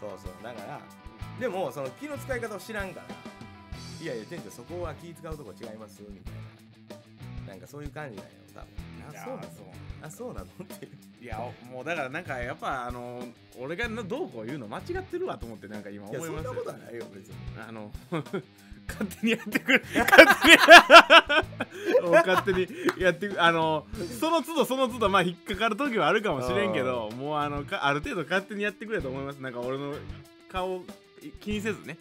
そうそうだからでもその気の使い方を知らんから「いやいや店長そこは気使うとこ違います」みたいななんかそういう感じなんよ多分あそうなのそうあそうなのっていういやもうだからなんかやっぱあの俺がなどうこう言うの間違ってるわと思ってなんか今いや思そいまんすなよことはないよ別にあの 勝手にやってくれ 勝手に もう勝手にやってくあのその都度その都度まあ引っかかる時はあるかもしれんけどもうあのかある程度勝手にやってくれと思いますなんか俺の顔い気にせずね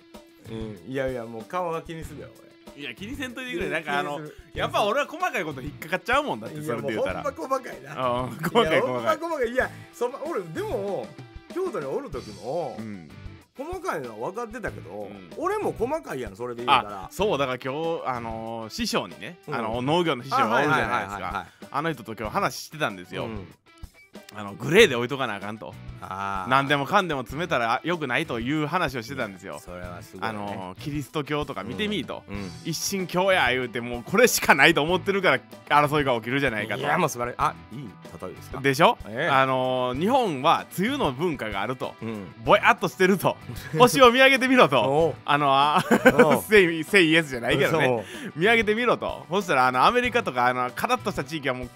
うんいやいやもう顔は気にするよいや気にせんといて俺くれなんかあのやっぱ俺は細かいこと引っかかっちゃうもんだっていそやれもでう言うほたんらま細かいなあー細かい細かいやほんま細かいいやそんな俺でも京都におる時も、うん細かいのは分かってたけど、ん俺も細かいやんそれで言うかあらそうだから今日あのー師匠にね、うんあの農業の師匠あがおはるいじはいゃはないいですはいかはあの人と今日話してたんですいよ、うんあのグレーで置いとかなあかんとあー何でもかんでも詰めたら良くないという話をしてたんですよ、それはすごい、ね、あのーキリスト教とか見てみーと、うん一神教や言うてもうこれしかないと思ってるから争いが起きるじゃないかいやともう素晴らしいあいい例えですかでしょ、ええあのー日本は梅雨の文化があるとうんぼやっとしてる と星を見上げてみろとおうあのあお うセイセイイエスじゃないけどねそう見上げてみろとそしたらあのアメリカとかあのカラッとした地域はもう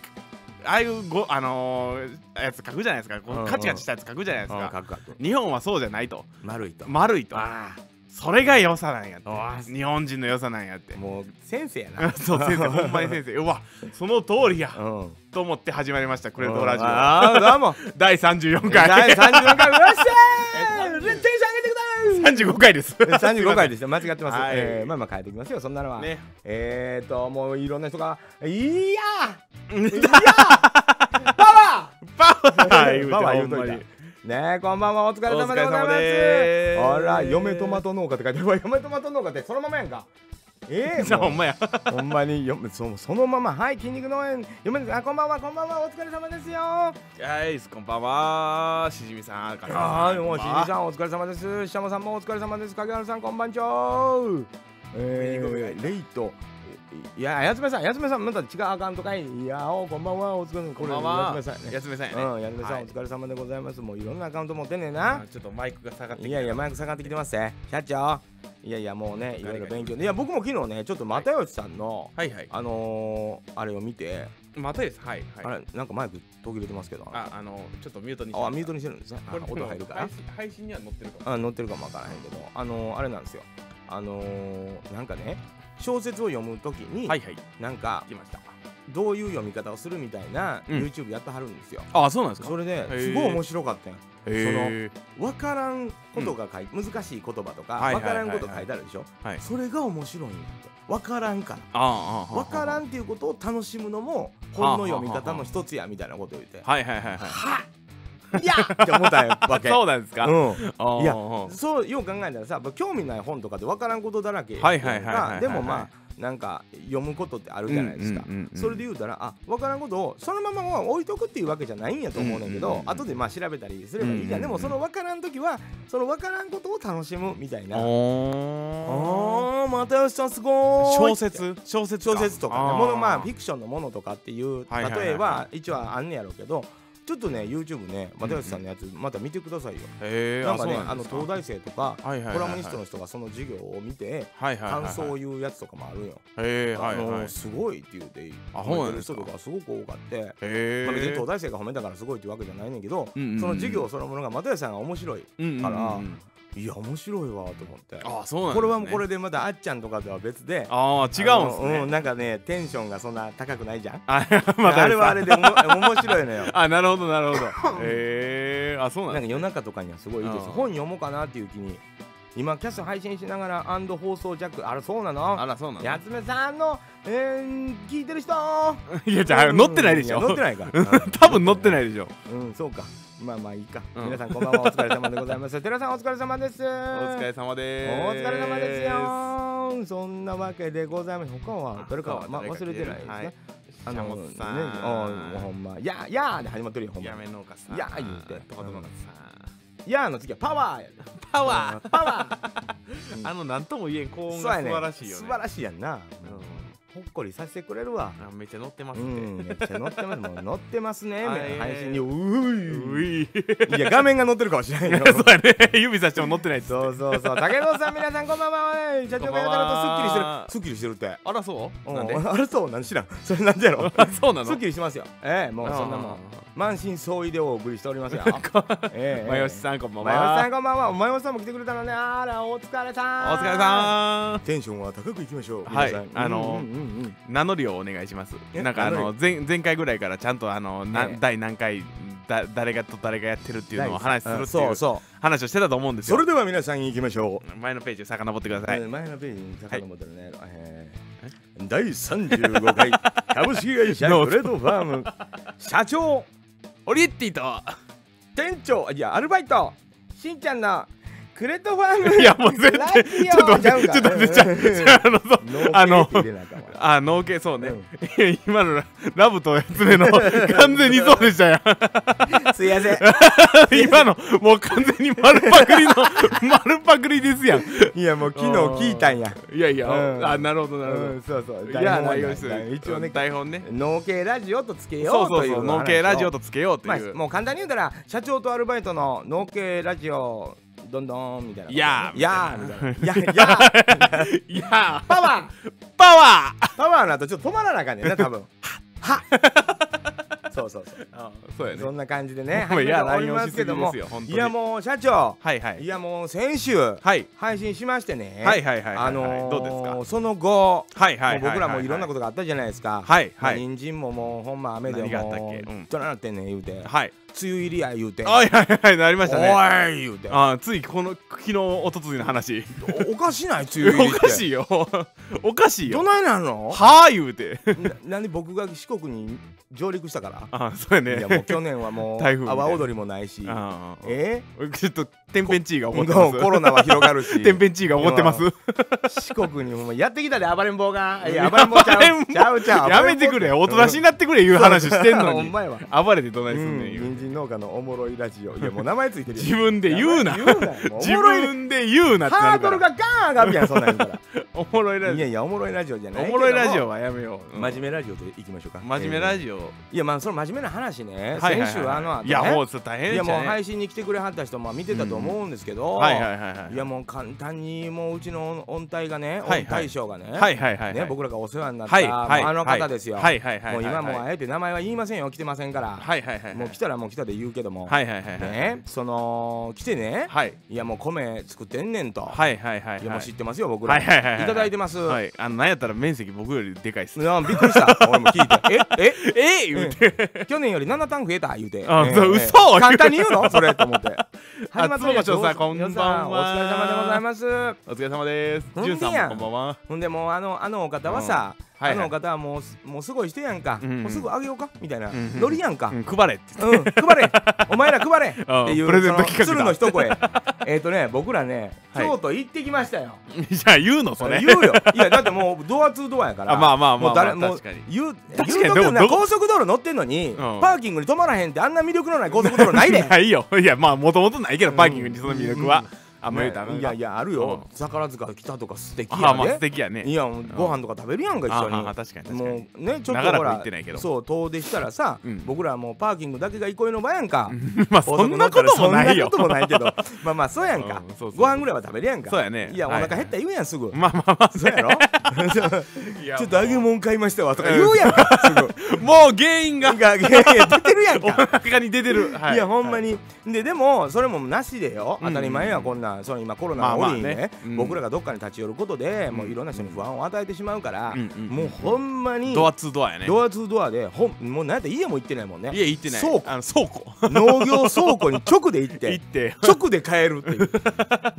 ああいうごあのーやつ書くじゃないですかこううんうんカチカチしたやつ書くじゃないですうんかカクカク日本はそうじゃないと丸いと丸いとあそれが良さなんやってあ日本人の良さなんやってーもう先生やな そう先 生ほんまに先生うわその通りやうんと思って始まりましたクレートラジうんオああどうも第34第 回34回よっしゃーテンション上げてください35回 です三十五回ででした。間違ってます。はいえーまあまあ変えていきますよ。そんなのは。ねえーともういろんな人がいやーいやーパワー。パ ワー言うてパワーほ言んうまといたにねえこんばんはお疲れ様でございお疲れ様まですす。あら嫁トマト農家って書いてある。うわ 嫁トマト農家ってそのままやんか。 え じゃー、もあほうんまやほんまによそそのままはい筋肉農園嫁ですあこんばんはこんばんはお疲れ様ですよ。あはいこんばんはしじみさんあーもうしじみさんんお疲れ様です。しゃもさんもお疲れ様です。影原さんこんばんちょう。え食い込みがいー、レイトいいややつめさんやつめさんまた違うアカウントかいいやおこんばんはお疲れ様こんばんはやつめさんやねやつめさんやねうん、やるめさん、はいお疲れ様でございます。もういろんなアカウント持ってんねんな。ちょっとマイクが下がってきいたやいや、マイク下がってきてますね。社長。いやいや、もうね、いろいろ勉強で。いや、僕も昨日ね、ちょっと又吉さんの、はいはいあのー、あれを見て、またですはいはいあれ、なんかマイク途切れてますけど。ああ、あの、ちょっとミュートにしましたあ、ミュートにしてるんですね。あこれ音入るから配。信配信には載ってるかも。あ、乗ってるかもわからへんけど、あのー、あれなんですよ。あのー、なんかね、小説を読むときに、はいはい、なんか、来ました。どういう読み方をするみたいな、うん YouTube やってはるんですよ。あ、そうなんでそれでーすごい面白かったよ。そへ分からんことが書い、難しい言葉とかはい分かはいはいはらいんこと書いてあるでしょ、はいそれが面白いんだって分からんからああ、分からん。んっていうことを楽しむのも本の読み方の一つやみたいなことを言ってはいはいはいははいやって思ったわい。けそうなんですか。うんああいやはそうよう考えたらさ興味ない本とかで分からんことだらけはいはいはいはいはいはいでもまあなんか読むことってあるじゃないですか、うんうんうんうんそれで言うたらあ分からんことをそのまま置いとくっていうわけじゃないんやと思うねんけど、うんうんうん後でまあ調べたりすればいいじゃん、うんうんうんでもその分からん時はその分からんことを楽しむみたいな、あおお。ー又吉さんすごーい小説、小説小か、説とかねあーものまあフィクションのものとかっていうはいはいはいはい例えは一応あんねやろうけどちょっとね YouTube ね又吉さんのやつまた見てくださいよ、へえ、なんかねあのそう東なんです大生とかかはいはいはいはいコラムニストの人がその授業を見てはいはいはい感はい想を言うやつとかもあるよ。へえ、あはいはのい。へすごいって言うてあそう褒めなんてでるす人かとかすごく多かって。まあ、別にえ東。大生が褒めたからすごいってわけじゃないねんけど、うんうんうんその授業そのものが又吉さんが面白いうんうんうんうんからいや面白いわと思ってああ、そうなんですね。これはもうこれでまたあっちゃんとかとは別でああ、違うんですあのうんね。なんかねテンションがそんな高くないじゃん、あ、 またあれはあれでおも面白いの よあ、なるほどなるほど。へえ、あ、そうななんかんです夜中とかにはすごいいいですうん本読もうかなっていう気に今キャスト配信しながらアンド放送ジャックあらそうなのあら、そうなんだやつめさんの、えー、聞いてる人いや、 じゃあ、乗ってないでしやょ。乗ってないから 多分乗ってないでしょ。うんそうかまあまあいいか、うん皆さんこんばんはお疲れ様でございます寺さんお疲れ様ですおお疲れ様でおす。疲れ様ですよ。そんなわけでございます他は誰か他はまあ誰か忘れてないですね、はいあのシャモさんねあほんまややーで始まってるよほんまやめ農家さん。いや言うてとかとかさやーの次はパワーやん。パワーパワーー。あの、なんとも言えん高そ音うが や素ね晴らしいよね。素晴らしいやんな、うんほっこりさせてくれるわあめっちゃ乗ってますうね、んめっちゃ乗ってますもう乗ってますねはいはい配信にうーう いいいや画面が乗ってるかもしれないよそうやね指さしても乗ってないっつってそうそうそう竹野さん皆さんこんばんは社長がやたらとスッキリしてるスッキリしてるってあらそうなんでうんあれそうなん知らんそれなんでやろ あそうなのスッキリしてますよええもうそんなもん満身創痍でお送りしており ますよええまよしさんこんばん前尾さんはこんばんはお前尾さんも来てくれたのねあらお疲れさおん疲れさテンションは高くいきましょう皆はいさんあのーうんうんうんうんん名乗りをお願いしますえなんかあ名の前前回ぐらいからちゃんとあのなええ第何回だ誰がと誰がやってるっていうのを話するうんってそいううそ話をしてたと思うんでうすそよれでは皆さん行きましょう前のページを遡ってくださいえー前のページに遡ってるね、えー第35回 株式会社ノーグレードファーム社長オリエッティと店長いやアルバイトしんちゃんのクレートファームいやもう絶ラ対ジオちょっと待ってちょっと待ってちちゃゃうかううんちゃうあのそうノーあのページでなんかはあ農系そうね、うんいや 今のララブとや つめの完全にそうでしたやんすいません今のもう完全に丸パクリの 丸パクリですやんいやもう昨日聞いたんやいやいや、うんあなるほどなるほど、うんそうそういや台内容本ですなんだ一応ね台本ね農系ラジオとつけよそううそとういうそう話を農系ラジオとつけようってまあいう、もう簡単に言うたら社長とアルバイトの農系ラジオどんどんみたいなことねいやーいやーみたいないやいやいやパワーパワーーパワーの後ちょっと止まらなあかんねん な多分はっそうそうそうあそうやねそんな感じでね もういや始めており乱ま用しすすけぎどでもすよ本当にいやもう社長はいはいいやもう先週はい配信しましてねはいはいはいはいはいあのーどうですかその後はいはいはいはいもう僕らもいろんなこととがあったじゃないですかはいまあはい人参ももうほんま雨で何があったっもけううんどなってんねん言うて梅はい雨入りや言うてはいはいはいなりましたねおい言うてあーついこの昨日一昨日の話おおかしない梅雨入りおってかしいよ おかしいどよないなのはあ言うてななんで僕が四国に上陸したからあーそうやいねやもう去年はもう台風みたいな阿波踊りもないしあーえちょっと天変地異が起こってまもうコロナは広がるしす 天変地異が起こってます四国にもやってきたで暴れん坊 がいや暴れん坊ちゃうちゃうちゃうやめてくれおとなしにいなってくれいう話してんのおに前は暴れてどなういすんんねん言う人参農家のおもろいラジオいやもう名前ついてるよ自分で言うなやばい言うなよもうお自もろい分で言うなってなハーるかドルらがガーン上がるやんそん なん言うたおもろいらラいジやいやおもろいラジオじゃオないおけもどろいラジオはやめよう真面目目ラジオといきましょうか真面目ラジオオいやまあその真面目な話ねはいはいはい先週あの後ねいやもうそれ大変いでやしたもうね配信に来てくれはった人も見てたと思うんですけど、はいはいはいはいいやもう簡単にもううちの音体がね、はいはい音大将がね,、はいはいはいね僕らがお世話になった、はいはいあの方ですよ、はいはいはいはいもう今もうはあえて名前は言いませんよ来てませんから、いはいはいもう来たらもう来たで言うけども、はいはいはいはいねその来てね、はいい、やもう米作ってんねんと、、はいはいはいはいいやもう知ってますよ僕ら、はいはいはいはいただいてます、はいあのなんやったら面積僕よりでかいっすいやびっくりした俺も聞いてえええ言う て去年より7単増えた言うて。あええそうええ嘘を言う簡単に言うのそれと思 って。あ松本坪子さんこんばんはお疲れ様でございます。お疲れ様ですほんじでゅやんさんもこんばんはほんでもうあのあのお方はさ、うんはいはいあのお方はもうすもうすごいしてやんか、うんうんもうすぐあげようかみたいな、んうんノリやんか。うん配れってうん、配れ お前ら配れっていうプレゼント企画だその鶴の一 声えっとね僕らねはい京都行ってきましたよ、 じゃあ言うのそれ言うよいやだってもうドアツードアやからあまあまあまあまあもう誰もう確かに言う確か言にうとくよなでもど高速道路乗ってんのに、んパーキングに止まらへんってあんな魅力のない高速道路ないで ないよいやまあもともとないけどパーキングにその魅力はあんまり言うたらあかんねいかやいやあるよ、宝塚来たとか素敵やであまあ素敵やねいやもうご飯とか食べるやんか一緒にああ確かに確かもにうねちょっと長らくほ行らってないけどそう遠出したらさ、うん僕らはもうパーキングだけが憩いの場やんかまあ高 そ速ん乗なったこらともないよそんなこともないけ どまあまあそうやんか、うんそうそうご飯ぐらいは食べるやんかそうやねいやおはい腹減った言うやんすぐ、まあまあまあそう やろいやちょっと揚げ物買いましたわとか言うやんかすぐもう原因がなんかいやいや出てるやん おか腹に出てるはいやほんまに、ででもそれもなしでよ当たり前やこんな、その今コロナまがあ多まいあね,、ねうん僕らがどっかに立ち寄ることで、もういろんな人に不安を与えてしまうから、うんうんもうほんまにドアツードアやねドアツードアでほんもうなんやったら家も行ってないもんね家行ってない倉庫あの倉庫農業倉庫に直で行っ て行って直で帰るって いう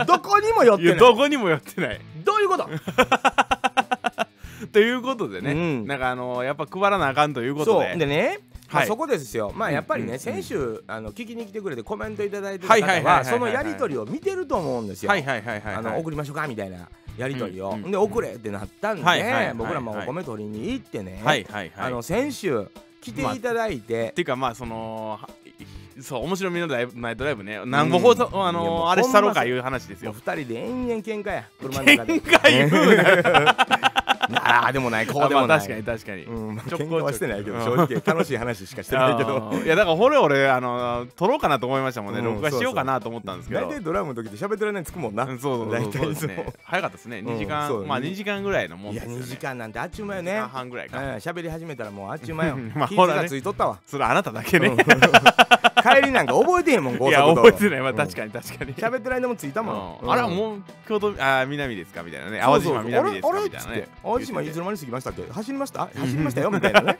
どこにも寄っいてなやいどこにも寄ってない どういうことということでね、うんなんかあのやっぱ配らなあかんということそうででね、まあはいそこですよまあやっぱりね、うんうん先週あの聞きに来てくれてコメントいただいてた方はいはいはいははいはいそのやり取りを見てると思うんですよ、はいはいはいはいはいあの送りましょうかみたいなやり取りを、うんうんで送れってなったんで、はいはいはいはい僕らもお米取りに行ってね、はいはいはいあの先週来ていただいてっ、ていうかまあそのはそう面白みのライブナイトライブね何ぼ放送、うんあいやもうのあれしたろうほんまかそういう話ですもうよ二人で延々喧嘩や車の中で喧嘩言うなよ ああでもないこうでもあまなあい確かに確かに、うんまあ、ちょ喧こちょこ嘩はしてないけど正直楽しい話しかしてないけどあーいやだからこれ俺あの撮ろうかなと思いましたもんね、うん録画しようかなと思ったんですけど大体ドラムの時って喋ってる間につくもんな、うんそうそうそうそうです大体いつねも早かったですねん2時間、そうまあ2時間ぐらいのもんいでやすよ、ね、 2時間なんてあっちゅう間よ2時ね間半ぐらいうんか、喋り始めたらもうあっちゅう間よ まあ気ほらねがついとったわそれあなただけね、 うん帰りなんか覚えてへんもん高いや速道覚え路てないまあ確かに確かに、喋ってる間もついたもん、うんあれはうもう京都あー南ですかみたいなねそ淡う路そう島南ですあれかあれみったつっいなてね淡路島い言っつての間に過ぎましたっけ走りました走りましたよみたいなね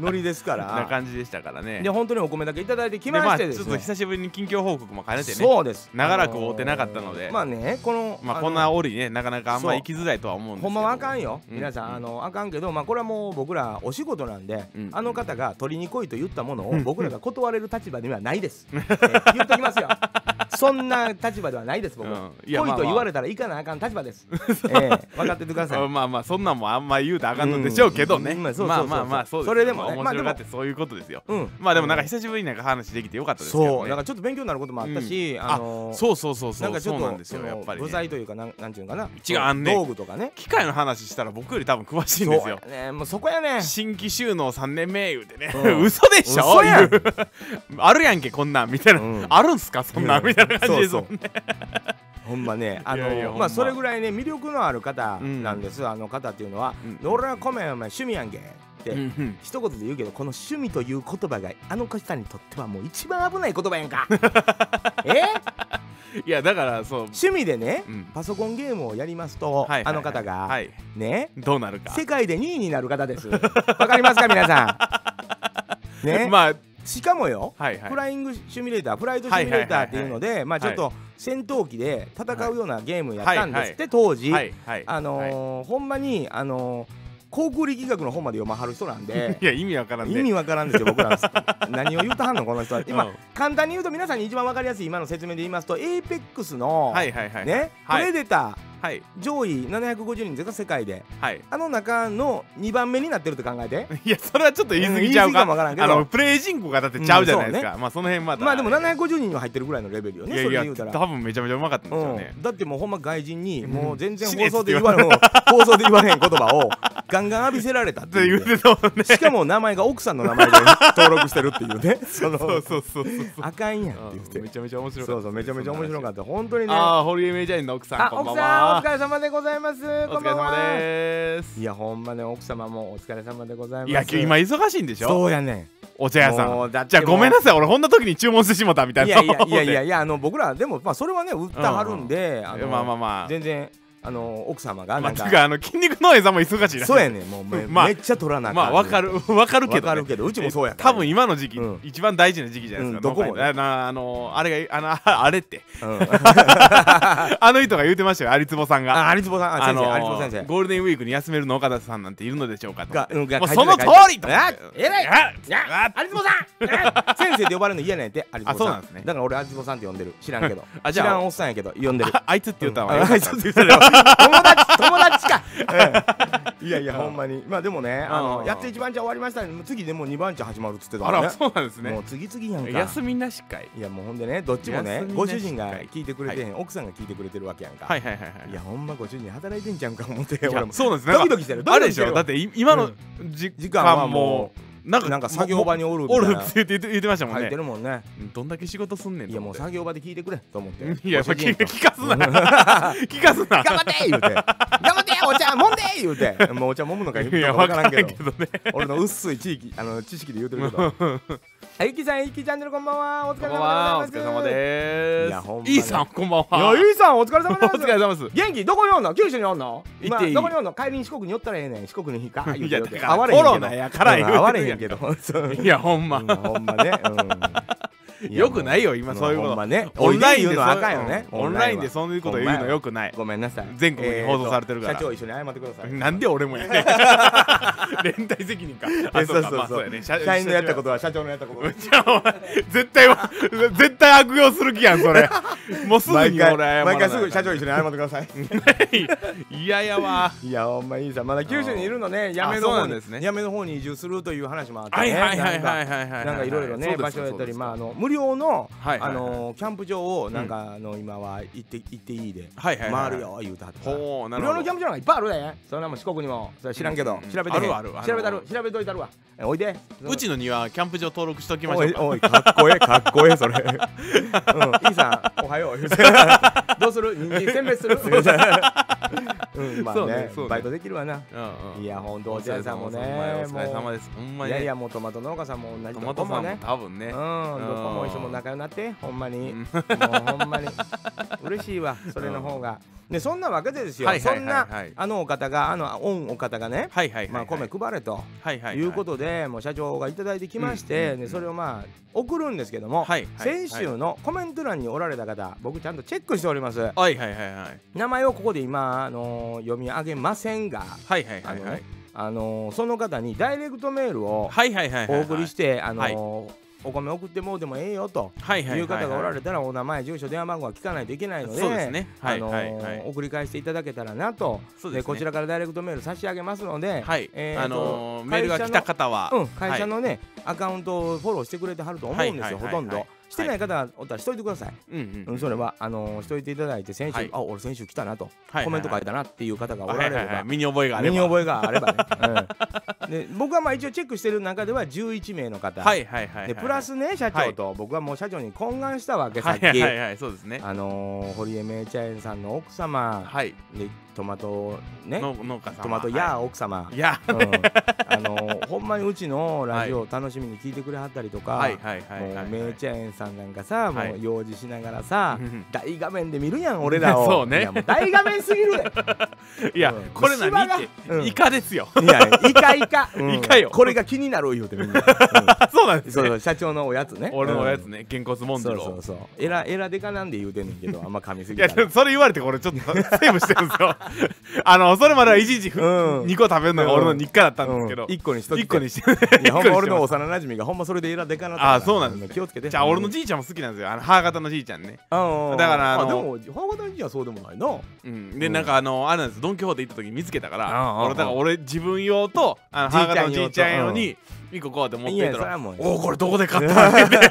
ノリですか てなら感じでしたからねで本当にお米だけいただいてきましてでであちすょっとね久しぶりに近況報告も兼ねてねそうです長らく会うてなかったのであーまあねこのまああのこんな折ねなかなかあんま行きづらいとは思うんですけほどんまはあかんよ、うん皆さうんんあのあかんけど、まあ、これはもう僕らお仕事なんで、うんあの方が取りに来いと言ったものを僕らが断れる立場ではない です、えー言っときますよそんな立場ではないです僕は、うんいや来いまあとまあ言われたら行かなあかん立場 です、えー分かっててくださあいまあまあそんなんもあんま言うとあかんのでしょうけどね、うんままああそうそうそまうあそうまあそうですよそれでもね面白がってそういうことですようんまあでもなんか久しぶりになんか話できてよかったですけど、ね、そうなんかちょっと勉強になることもあったし、うんあのそうそうそうそうなんかちょっそうなとんですよそのやっぱり、部ね、材というかなんなんていうのかな違うあのね道具とかね機械の話したら僕より多分詳しいんですよそうやねもうそこやね新規収納3年目言うてね、うん 嘘でしょ嘘やん言う あるやんけこんなんみたいな、うんあるんすかそんなんみたいな感じですもんねそうそうほんまねあのいやいやほんままあそれぐらいね魅力のある方なんです、あの方っていうのはう「ん俺は米はお前趣味やんけ」って、うんうん一言で言うけどこの趣味という言葉があの方にとってはもう一番危ない言葉やん かえいやだからそう、趣味でね、うんパソコンゲームをやりますと、はいはいはいあの方が、はいねどうなるか、世界で2位になる方ですわかりますか皆さん ね、まあしかもよ、はいはいフライングシミュレーターフライトシミュレーターっていうので、まあちょっと戦闘機で戦うようなゲームやったんですって、当時、はいはいあのはいーほんまにあのー航空力学の本まで読まはる人なんで いや意味わからん意で味わからんですよ僕ら 何を言うとはんのこの人は今、うん簡単に言うと皆さんに一番わかりやすい今の説明で言いますと APEX の、はいはいはいねはプいレデタはいー上位750人ですか世界ではい あの中の2番目になってるって考えて。いやそれはちょっと 言い過ぎちゃうか,、うん言い過ぎかもわからんけどあのプレイ人口がだってちゃうじゃないですか、まあその辺まだまあでも750人は入ってるぐらいのレベルよねいやそれで言いやうたら多分めちゃめちゃうまかったんですよねう、ん、だってもうほんま外人にんもう全然死放ねっつっ送てで言言わわれん放送で言われへん言葉をガンガン浴びせられたってってい言ううてたもんねしかも名前が奥さんの名前で登録してるっていうねその そうそうそうそうそうあかんやんって言っうんめてちゃめちゃ面白かっそたうそうめちゃめちゃ面白かっった本当にねああーホリエメジャインの奥さんあこんば奥んさんおは疲れ様でございますこんばんお疲はれ様ですいやほんまね奥様もお疲れ様でございますいや今日今忙しいんでしょそうやねお茶屋さもうんだってじゃあもうごめんなさい俺こんな時に注文してしまったみたいいなやいやいやいやいいやあの僕らでもまあそれはね売ったはるんで、あやのまあまあま全然あの奥様があなまあんてか、かあの筋肉農園さんも忙しいなそうやねんもうめ,、まあめっちゃ取らなあまあわかるるわかるけわどかねるけどうちもそうやから多分今の時期うん一番大事な時期じゃないですかうんどこもね農家にあのあのあれがあのああれってうん、あの人が言うてましたよ有坪さんがあ有坪さんあ先生、の有坪先生ゴールデンウィークに休める農家さんなんているのでしょうかとがうんがもう書いてたその通りと書いてたあ偉いあいやあ有坪さんあ先生って呼ばれるの嫌なんやって有あ坪そうさなんんですねだから俺有坪さんって呼んでる知らんけど あじ知ゃあらんおっさんやけど呼んでるああいつって言ったわようんかあっちたょっと言ってたよ友達友達か、うんいやいやほんまにまあでもねあうのんやっと一番茶終わりましたねもう次でもう二番茶始まるっつってたあかららねそうなんですねもう次々やんか休みなし会いやもうほんでねどっちもね休みなしご主人が聞いてくれてへん、奥さんが聞いてくれてるわけやんか、、はいいはいはいはいやほんまご主人働いてんちゃうんか思っていや俺もそうなんですねドキドキしてるドキあドれでキししてるょだってい今うのんじ時時間は間ももなんかなんか作業場ににおるみたおいるっなて言って言ってましたもん入っねてるもんねどんだけ仕事すんねんいやもうと思っ作業場で聞いてくれと思ってていやご主聞人かと聞 かすな聞かすな頑張って言うて頑張ってお茶もんで言うてもうお茶もむのか言ういてやもわわかからんらけんどけどね俺の薄い地域あの知識で言うてるけ どあゆきさんゆきチャンネルこんばんはお疲これんばん様はおでご疲れざい様ますでいやほんますねいいさんこんばんはいやゆいさ んお疲れお様でござい疲ますれ様です元気どこにおんの九州におんの行今っていいどこにおんの帰りに四国に寄ったらええねん四国に行 かいやだから会われへんけコどロナやからうん言うて会るやんわれへんけどそういやほんまうんほんまねうん よくないよ今もそういうこほんとまねオンライン俺で言うでのそうあかんよねオンラインでそそういうこと言うのよくないごめんなさい全国に放送されてるからえーと社長一緒に謝ってくださいなんで俺も やねん連帯責任かあえそうかそうまあそうやね社社員のやったことは社長のやったこと じゃあお前絶対は絶対悪用する気やん それもうすぐ毎に俺回謝らない毎回すぐ社長一緒に謝ってくださいいやいやわいやほんまいいさまだ九州にいるのねやめのそうな方んでにすねやめの方に移住するという話もあってはいねはいはないんはかいはいはいなんかいろいろそねうです場所やったそうでりすまああの無無料の、はいはいはいあのーキャンプ場をなんか、あの今は行って行っていいではいはいはいはい回るよ言うたはったからほうな無る料ほのどキャンプ場なんかいっぱいあるでそんなもん四国にもそれ知らんけど、うんうん調べてへんあるわあるわ調べたる調べといたるわえおいでうちの庭キャンプ場登録しときましょおういかおいかっこええかっこええそれ うんいいさんおはよう言うて どうする人間選別する うんまあねそうねそうねバイトできるわなうんうんいやほんとおお疲茶れ屋さん様もですねほんまにお疲れ様ですほんもまういにやいやもうトマト農家さんも同じトとマこトさもんもね多分うねんどこも一緒も仲良くなってほんまにうんもうほんま に嬉しいわそれの方がでそんなわけでですよはいはそいんはいはいなあのお方があのオンお方がねはいはいはいまあ米配れとはいはいいうことでもう社長がいただいてきましうんうてんうんでそれをまあ送るんですけどもはいはい先週のコメント欄におられた方僕ちゃんとチェックしておりますはいはいはいはい名前をここで今あの読み上げませんがはいはいはあいのはねいあのその方にダイレクトメールをはいはいはいはいはいお送りして、あのはいお米送ってもうでもええよとはいはいいはいう方がおらるれたらお名前住所電話番号は聞かないといけないのでそうですねはあいのはいはい送り返していただけたらなとそうですねこちらからダイレクトメール差し上げますので、はいえーとあのーメ会ー社ルのが来た方はうん、会社のね、アカウントをフォローしてくれてはると思うんですよ、はいはいはいはいほとんど。はいしてない方がおったらしといてください、はいうんうん、それはあのーしといていただいて先週、はいあ俺先週来たなと、はいコメント書いてたなっていう方がおはらいれれば、はいはい身に覚えがあれ身ばに覚えがあればね、うんで僕はまあ一応チェックしてる中では11名の方、はいはいはいはいでプラスね社長と僕はもう社長に懇願したわけ、はいさっはき、いはいはいそうですねあのー、堀江名茶園さんの奥様はいでトマトねの農家さんはトマトやー奥様、いやうんあのー、ほんまにうちのラジオを楽しみに聞いてくれはったりとか、はいはいはいはいもはうい名茶園さんなんかさ、はいもう用事しながらさ、うん大画面で見るやん俺らを そうねいやもう大画面すぎる でいやうんこれ芝が何っうんてイカですよ いや、イカイカ、うんイカよこれが気になる言うてみんな、あそうなんうでんすそうねそう社長のおやつね俺のおやつね、ね、げんこつうモんンそドうそうロそうエラエラデカなんで言うてんねんけ どあんま噛みすー。いぎたやら、それ言われてこれちょっと セーブしてる んですよ。あの、それまではいちいちふうん2個食べるのが俺の日課だったんですけうんど、一個にしとき1個にして、いやほんま俺の一個にして幼馴染がほんまそれでエラデカなったあそうなんですね気をつけて ますじゃあ、俺のじいちゃんも好きなんですよ。あの、母方のじいちゃんね。うんだからあのでも母方のじはそうでもないなうん、で、うんなんかあの、あれなんですドン・キホーテ行った時に見つけたかああら、俺、だかあらあ俺、自分用と、あの母方のじじいいちちゃゃんん用と用に、1個こうやって持っていいやたそれら、はもうおお、これどこで買ったんって 言って、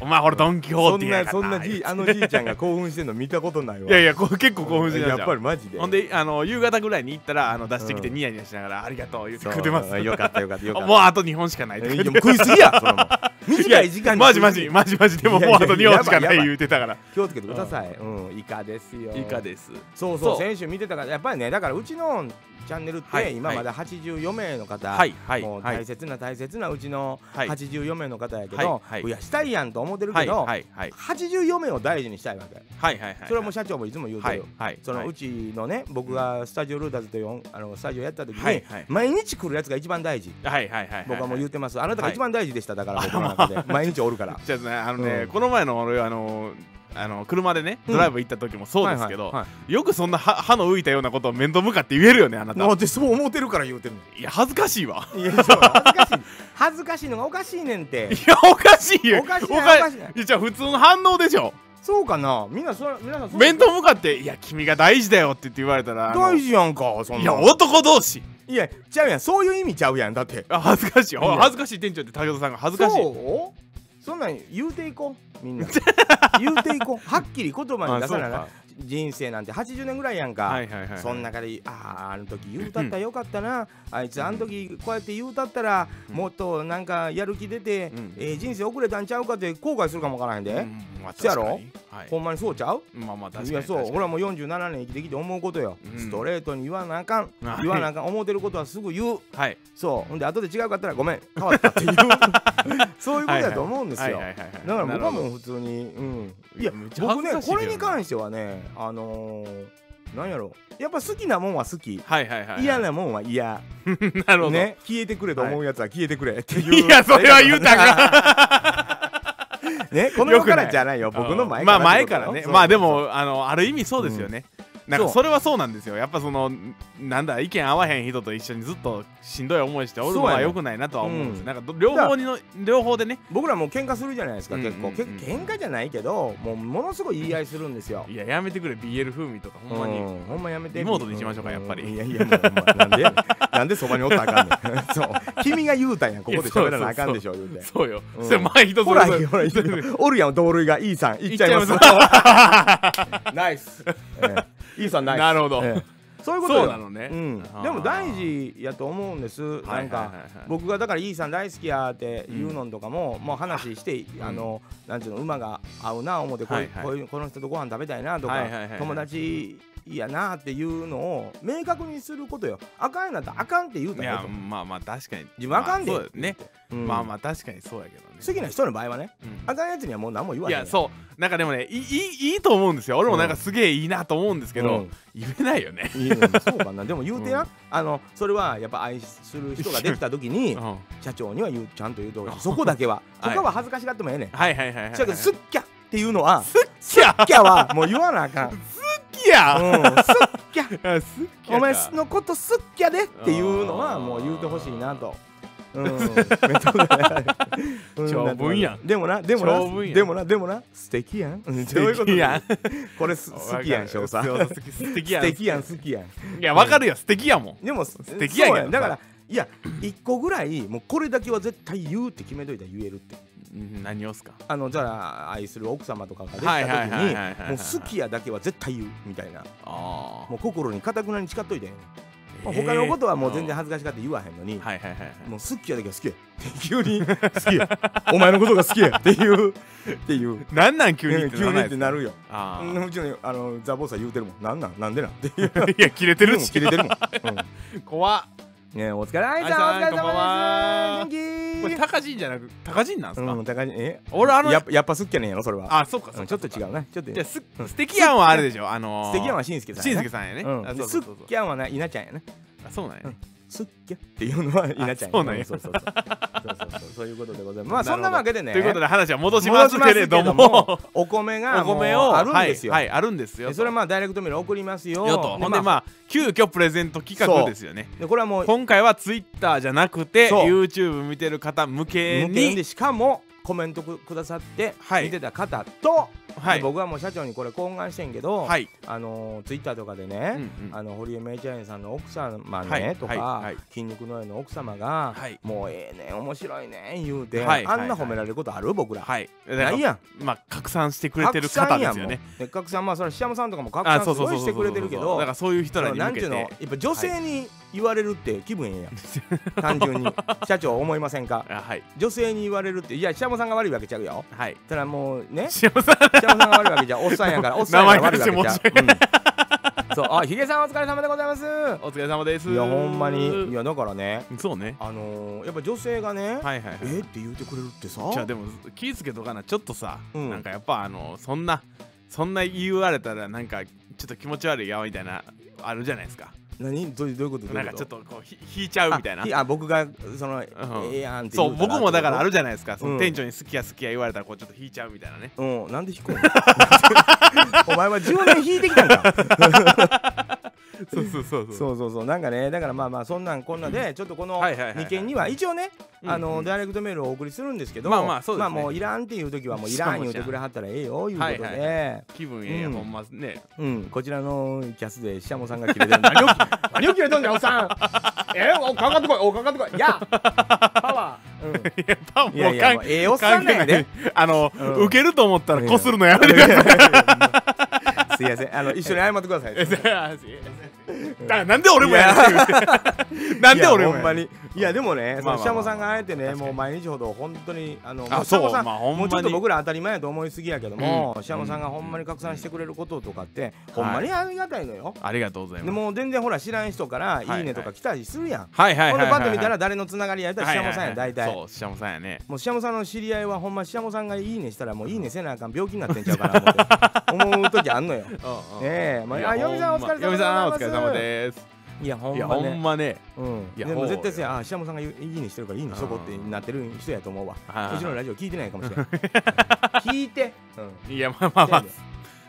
お前、俺、ドン・キホそーテんやながそんな じいあのじいちゃんが興奮してんの見たことないわいやいや、こう結構興奮してたんやですっよぱ。りマジでほんであの夕方ぐらいに行ったらあの出してきてうんニヤニヤしながら「ありがとう」言ってそうくれてますうんよかったよかったよかあったもうあと2本しかないってい言やっでても食いすぎやそれも 短い時間にマジマ食いすジぎマジマジでもいやいもうやあと2本しかなやばいやいばい言うてたから気をつけてくださいうんイカですよいかですそうそうそう先週見てたからやっぱりねだからうちのチャンネルっはてい今まだ84名の方、はいはいもうは大い切な大切なうちのはい84名の方やけど、はいはい増やしたいやんと思ってるはけいど、はいはい84名を大事にしたいわけ、はいはいはいそれはもうし社長もいつも言うてる、はいはいそのうちのね僕がスタジオルーダーズという音あのスタジオやった時に、はいはい毎日来るやつが一番大事はいはいはい僕はもう言うってますあなたが一番大事でしただから僕の中 で毎日おるからじゃあねあのうねんこの前の俺あのあの車でねドライブ行った時もそうですけどはいはいよくそんな歯歯の浮いたようなことを面と向かって言えるよねあなはいただってそう思ってるから言うてるのいや恥ずかしいわいやそう恥ずかしい恥ずかしいのがおかしいねんていやおかしいよおかしいなおかおかしいないやじゃあ普通の反応でしょそうかなみんなそ皆さんそう面と向かって「いや君が大事だよ」って言って言われたらあの大事やんかそんないや男同士いやちゃうやんそういう意味ちゃうやんだってあ恥ずかしいいほやら恥ずかしい店長って武田さんが恥ずかしいそうそんなん言うていこうみ んな言うていこうはっきり言葉に出さなあいそうか人生なんて80年ぐらいやんか、はいはいはいそん中で「あああの時言うたったらよかったな、あいつあの時こうやって言うたったら、うんもっとなんかやる気出て、うんえー人生遅れたんちゃうか」って後悔するかもわからへんで、うんまあそやろ確かにはいほんまにそうちゃうまあまあ確かにいやそう確か俺はもう47年生きてきて思うことよ、うんストレートに言わなあかんはい言わなあかん思うてることはすぐ言うにはいそうほんで後で違うかったらごめん変わったっていう そういうことだと思うんですよ、はいはいはいはいだから僕はなるほどもう普通にうんいやめっちゃ僕恥ずねかしいこれにけどな関してはねあのー、なんやろやっぱ好きなもんは好きはいはいはい嫌なもんは嫌なるほどね消えてくれと思うやつは消えてくれっていう、いや それは言うたかねこの世からじゃないよ僕の前からまあ前からねまあでももあのある意味そうですよねなんそかうそれはそうなんですよやっぱそのなんだ意見合わへん人と一緒にずっとしんどい思いしておるのそうやはねよくないなとは思うんです、うんなんかど両方にの両方でね僕らもう喧嘩するじゃないですかうんうんう結ん構結構喧嘩じゃないけどもうものすごい言い合いするんですよいややめてくれ BL 風味とかほんまに、うんほんまやめてリモートにしましょうかやっぱりいやいやもうほんまなんでやねんなんでそばにおったらあかんね んそう君が言うたんやここで喋らなあかんでしょ言うてそうよ、うんそれ前人ほそられほぞられほらおるやん同類が E さん行っちゃいます行っ ナイス、ええ、E さんナイス なるほどええそういうことよそうなのね、うん、あーでも大事やと思うんです、なんか、はいはいはいはい僕がだから「イーさん大好きや」って言うのんとかも、もう話してあの、なんていうの馬が合うな思ってこ,、はいはいこういうこの人とご飯食べたいなとか、はいはいはいはい友達やなっていうのを明確にすることよあかんやなったらあかんって言ういたらやまあまあ確かに自分あかんでまあそうだね、まあまああ確かにそうやけどね好きな人の場合はねうんあかんやつにはもう何も言わいへんやそうなんかでもねいいいいいと思うんですよ俺もなんかすげえいいなと思うんですけど、うん言えないよね、いやそうかなでも言うてや、うんあのそれはやっぱ愛する人ができた時うにん、はい社長には言うちゃんと言うとそこだけは はい他は恥ずかしがってもええねんはいはいはい、はい、そやけどすっきゃっていうのはすっきゃきゃはもう言わなあかん うんきやすっきゃあすっきやかお前のことすっきゃでっていうのはもう言うてほしいなと。うん、長文やんでもなでもな長文やんでもなでもな素敵やんうんどういうこといやこれす好きやん翔さんそう素素敵素敵やん敵やん好きやんいやわかるよ素敵やもんでも素敵やけどだからいや一個ぐらいもうこれだけは絶対言うって決めといたら言えるってうん何をっすかあのじゃあ愛する奥様とかができはいはたい時はいはにいはいはいもう好きやだけは絶対言うみたいなあもう心にかたくなに誓っといて、あまあ他のことはもう全然恥ずかしがって言わへんのに、はいはいはいはいもう好きやだけ は好きやって急に好きやお前のことが好きや っていうっていうなんなん急にうんって急にってなるよあうあんうちのあのザボーさん言うてるもんなんなんなんでなんっていや切れてるし切れてるもん、うん怖っねえお疲れあいさんおあ疲いされんこんばんは様ですこれ元高人じゃなく高人なん気すか、うん高いえ俺あのやっぱやっぱ好きやねんやろそれはあそうかうそんうかちょっと違そうなちょっとかじゃあす素敵やんはあれでしょあの素ー、敵やんはしんすけさんしんやすなけさんやね、うんあでそうすそっうそうそうきゃんはな稲ちゃんやねあそうなんやね、すっきゃっていうのは稲ちゃんやあそうなんやそうそうそうそうそうそうそういうことでございますまあ そなるほどんなわけでねということで話は戻しま戻すしますけけれれどどももお米が お米もうをあるんですよ、はい、はい、あるんですよでそれはまあダイレクトメール送りますよよとほんでまあ急遽プレゼント企そう画ですよねでこれはもう今回は Twitter じゃなくてそう YouTube 見てる方向け無限にでしかもコメントくくださってはい見てた方と、はいで僕はもう社長にこれ懇願してんけど、はいあのツイッター Twitter とかでうんね、うんあの堀江メイチャインさんの奥様ね、はいとか、はいはい筋肉の絵の奥様が、はいもうええねん面白いねん言うて、はいあんな褒められることある僕ら、はいだからないやんまあ拡散してくれてる方ですよねで拡散まあそれはシャムさんとかも拡散あすそうそうごそいうしそてうくそうれてるけだどからそういう人らにな向んてけいうのてやっぱ女性に言われるって気分ええやん、 単純に社長思いませんかあはい女性に言われるっていやシャムさんが悪いわけちゃうよはいただもうね幸せさシャムさんが悪いわけじゃおっさんやからおっさんが悪いわけじゃ 名前出してうん そうあヒゲさんお疲れ様でございますお疲れ様ですいやほんまにいやだからねそうねあのー、やっぱ女性がね、はいはいはいえって言うてくれるってさじゃあでも気ぃつけとかなちょっとさ、うんなんかやっぱあのそんなそんな言われたらなんかちょっと気持ち悪いやみたいなあるじゃないですか何どういうどういうことどうないうんことかちょっとこうひ引いちゃうみたいなああ僕がその、えんえやんってそ言うた僕もだからあるじゃないですか、そうのん店長に好きや好きや言われたらこうちょっと引いちゃうみたいなねうんなんで 引くのお前は10年引いてきたんかそうそう そうそそううそうそうなんかねだからまあまあそんなんこんなでちょっとこのはいはいはいはい2件には一応ねうんあのダイレクトメールをお送りするんですけどまあまあそうですねもういらんっていう時はもういらん言うてくれはったらええよいうことはいはいで気分ええや、うんほんまねうんこちらのキャスでししゃもさんが切れ てる何を何を切れとんねんおっ さんえおかかってこいおかかってこいやパワー、うんいやパンもいやいや関もうええおっさんなんやで関係ないあの、うん受けると思ったらこするのやめてくださいすいませんあの一緒に謝って くださいだからなんで俺もやるっていう なんで俺もいやほんやまるにいやでもねそまあまあまあのシャモさんがあえてね確かにもう毎日ほど本当にあのあもうシそうャモさんまあほんまにもうちょっと僕ら当たり前やと思いすぎやけどもシャモさんがほんまに拡散してくれることとかってほんまにありがたいのよありがとうございでますもう全然ほら知らん人から「いはいいいね」とか来たりするやんはいはいほんではいパはいッと見たはらい誰のつながりやったらシャモさんやん大体そうシャモさんやねもうシャモさんの知り合いはほんまシャモさんが「いいね」したらもう「いいね」せなあかん病気になってんちゃう かな思って思う時あんのよねえまああいやよみさんお疲れ様でございますよみさんお疲れ様ですいやほいんやまほねんまねうん、いやでもほう絶対せやあシャモさんが言ういいねしてるからいいねしとこうってなってる人やと思うわはいはい うちのラジオ聞いてないかもしれない聞いて、うん いやまあまあまあ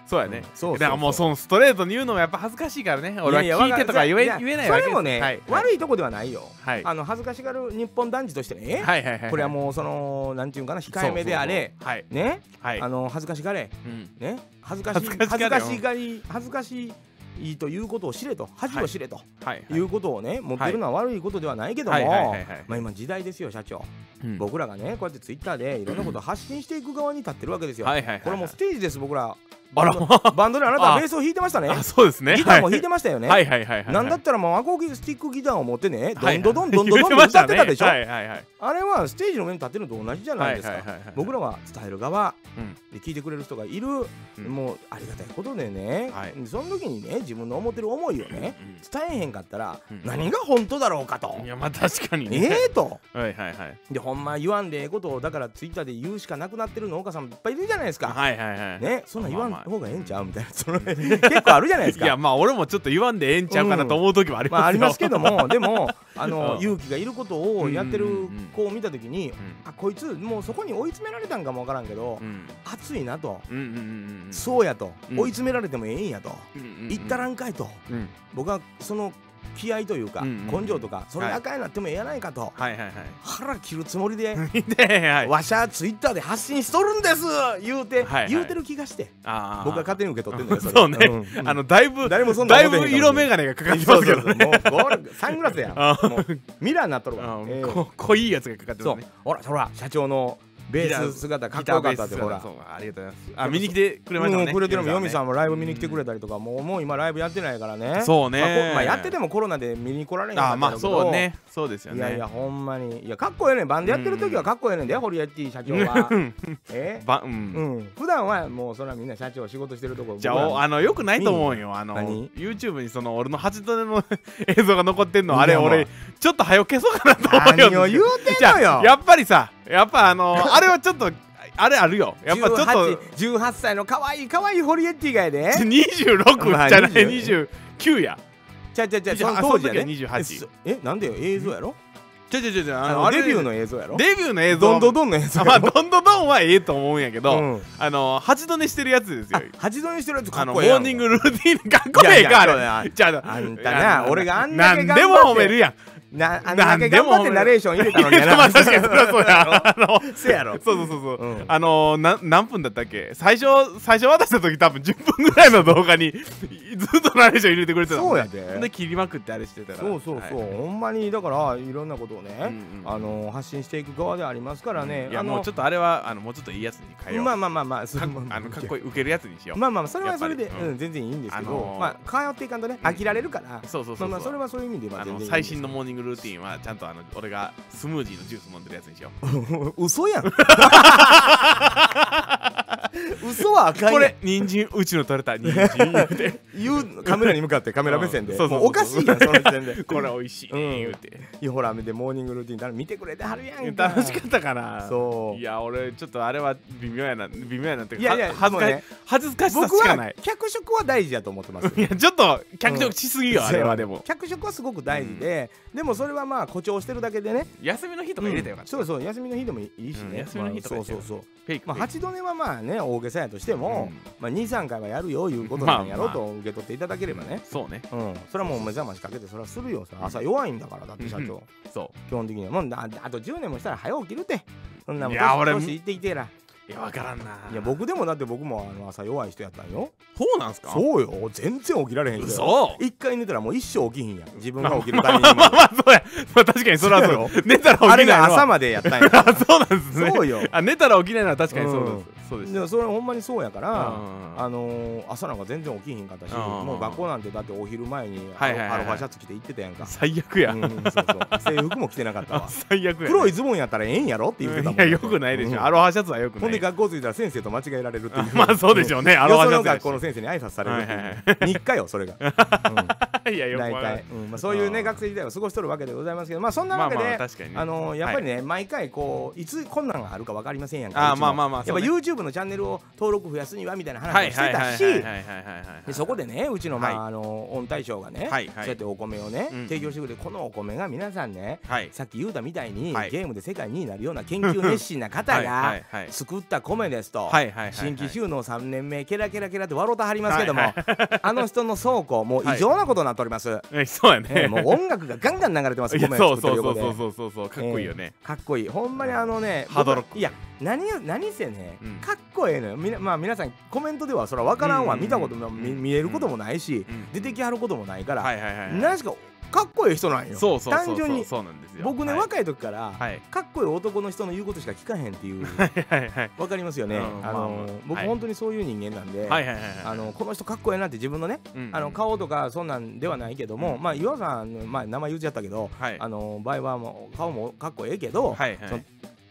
そうやね、そうそうそうだからもうそのストレートに言うのもやっぱ恥ずかしいからね俺は聞いてとか言え言えないわそけれもね、はいはい悪いとこではないよ、はいあの恥ずかしがる日本男児としてね、はいはいはいこれはもうそのなんていうんかな控えめであれそうそうそうはいね、はいあの恥ずかしがれうんね恥ずかしい恥ずかし恥ずがれかしがり恥ずかしいということを知れと恥を知れとはいはいいうことをね持ってるのは悪いことではないけども、はいはいはいはいまあ今時代ですよ社長、うん僕らがねこうやってツイッターでいろんなことを発信していく側に立ってるわけですよ、はいはいはいはいこれもうステージです僕らあらバンドバンドであなたはあベースを弾いてましたね あそうですねギターも弾いてましたよね、はいはいはいはいはいなんだったらもうアコギスティックギターを持ってね、はいどんどんどんどんどんどん歌ってたでしょ、言ってましたねはいはいはいあれはステージの上に立ってるのと同じじゃないですか、はいはいはいはい僕らは伝える側うんで聞いてくれる人がいる、うんもうありがたいことでね、はいその時にね自分の思ってる思いをねうん伝えへんかったら、うん何が本当だろうかとい。やまあ確かにえねえとはいはいはいでほんま言わんでええことをだからツイッターで言うしかなくなってる農家さんもいっぱいいるじゃないですか、はいはいはいねそんなん言わんまあまあ方がええんちゃうみたいなその結構あるじゃないですいかやまあ俺もちょっと言わんでええんちゃうかなと思う時もありま ますよあありますけどもでもあのうん勇気がいることをやってうんうんるうん子を見た時にうんあこいつもうそこに追い詰められたんかもわからんけどうん熱いなとうんうんうんうんそうやとうん追い詰められてもええんやとうんうんうん言ったらんかいとうん僕はその気合というかうんうん根性とかそれがあかんやなってもええやないかとはいはいは腹切るつもりでい ではいわしゃツイッターで発信しとるんです言うてはいはい言うてる気がしてあー僕は勝手に受け取ってんだよれ そうねんんあのだいぶ誰もそんなだ思いってへんかもぶ色眼鏡がかかってそまうすそけうどそうねもうゴールサングラスやあもうミラーになっとるわあ、ええーこ濃いやつがかかってまそすうねほらほら社長のベース姿かっこよかったってギタほらーベースそうありがとうございますあ見に来てくれましたもんうねんくれてるもんヨミさんねもライブ見に来てくれたりとかもうもう今ライブやってないからねそうねまあこまあやっててもコロナで見に来られんかったあーんだまけどあそうねそうですよいねやいやほんまにいやかっこええねんバンドやってる時はかっこええねんでホリエッティ社長はえばううんん普段はもうそらみんな社長仕事してるとこじゃあおあのよくないと思うよあの何 YouTube にその俺の8度目の 映像が残ってんのあれいやもう俺ちょっと早消そうかなと思うよ何を言うてんのじゃよあやっぱりさやっぱあの あれはちょっとあれあるよやっぱちょっと18 18歳の可愛い可愛いホリエッティがやでまあ26じゃない20 29やちゃうちゃうちゃうそのあ当時やねその時は28えそえなんでよ映像やろちょちょちょちょああののデビューの映像やろデビューの映像どんどんどんの映像やあ まあろどんどんどんはええと思うんやけど、うんあの八度寝してるやつですよあ八度にしてるやつかあっのこモええやーんニングルーティンかっこええかあいやいやそうれじゃああんたな俺があんだけ頑張ってなんでも褒めるやんなあんなだんけで頑も張ってナレーション入れたのにやな まあ確かにそりゃそうやあのせやろそうそうそうそう、うんあのな何分だったっけ最初最初渡した時多分10分ぐらいの動画にずっとナレーション入れてくれてたもん、ね、そうやでほんで切りまくってあれしてたからそうそうそう、はいほんまにだからいろんなことをね、んうんあの発信していく側でありますからね、いやあのもうちょっとあれはあのもうちょっといいやつに変えよう、まあまあまあまあそかうっままあのかっこいい受けるやつにしよう、まあまあそれはそれで、やっぱりうん全然いいんですけど、あのーまあ通っていかんとねうん飽きられるから、そうそうそうそうまあまあそれはそういう意味ではあ全の然いいん最です新のモーニングルーティンはちゃんとあの俺がスムージーのジュース飲んでるやつにしよ う嘘 やん嘘はあかんやんこれ人参うちの取れた人参言うて 言うカメラに向かってカメラ目線で、うんそうそうそうもうおかしいやんその時点でこれ美味しいね言うて、いやほらでモーニングルーティンだ見てくれてはるやんか楽しかったかなそういや俺ちょっとあれは微妙やな微妙やなっていういやいやは恥ずかもうし、ね恥ずかしさ僕しかはない脚色は大事だと思ってますいやちょっと脚うん色しすぎよ、あれはでも脚色はすごく大事で、でもそれはまあ誇張してるだけでね休みの日とか入れたよかった、そうそう休みの日でもいいしね、うん休みの日とかまあにしそうそよううそうフェイクまあフェイク8度寝はまあね大げさやとしても、うんまあ23回はやるよいうことなんやろと受け取っていただければね、そうねうんそれはもう目覚ましかけてそれはするよそれは朝弱いんだからだって社長、そ基本的にはもうなあと10年もしたら早起きるてそんなもんいや俺年行ってきてえらういやわからんないや僕でもだって僕もあの朝弱い人やったんよそうなんすかそうよ全然起きられへん人よ嘘一回寝たらもう一生起きひんやん自分が起きるためにまあそうや、まあ、確かにそれはそうよ寝たら起きなあいれのがは朝までやったんやあそうなんですねそうよあ寝たら起きないのは確かにそうです、そうですでもそれほんまにそうやからうんあのー朝なんか全然起きひんかったしうんもう学校なんてだってお昼前にアはいはいはいロはいアロハシャツ着て行ってたやん か最悪や、うんそうそう制服も着てなかった あわ最悪やね、黒いズボンやったらええんやろって言ってたもんいやよくないでしょ、うんアロハシャツはよくほんなでい学校着いたら先生と間違えられるっていうまあそうでしょうねアよロハそシャのツやし学校の先生に挨拶されるって はいはいいう日課よそれがうんいやよく大わかんな体い、うんまあ、そういううねん学生時代を過ごしとるわけでございますけどまあそんなまわあけで、まあ確かにねあのーやっぱりね、毎回こういつ困難があるか分かりませんやんかあーうちもまあまあまあそうねやっぱ YouTube のチャンネルを登録増やすにはみたいなは話いをしはていはいたはいはいしはいはいはいでそこでねうちのまあ、はあの御大将がね、はいはいそうやってお米をね、うん提供してくれてこのお米が皆さんねはいさっき言うたみたいに、はいゲームで世界2位になるような研究熱心な方はがいはいはい作った米ですと、はいはいはいはい新規収納3年目ケラケラケラって笑うたはりますけども、あの人の倉庫もう異常なことになっております、えそうやええねもう音楽がガンガン流れてます いや米そをう作ってそるうそ横うでそうそうそうそうかっこいいよね、かっこいいほんまにあのねハードロック僕はいや何や何せね、うんかっこええのよみなまあ皆さんコメントではそれは分からんわ、うん見たことも、うんみ見えることもないし、うん出てきはることもないから、はいはいはいはい何しかかっこええ人なんよそうそうそうそ単う純にそうなんですよ僕ね、はい若い時から、はいかっこいい男の人の言うことしか聞かへんっていうはいはいはいわかりますよね、うんあまのあまあ僕はい本当にそういう人間なんで、はいはいはいはいあのこの人かっこええなって自分のね、うんあの顔とかそんなんではないけども、うんまあ岩さんの、まあ、名前言っちゃったけど、はいあの場合はもう顔もかっこええけど、はいはいその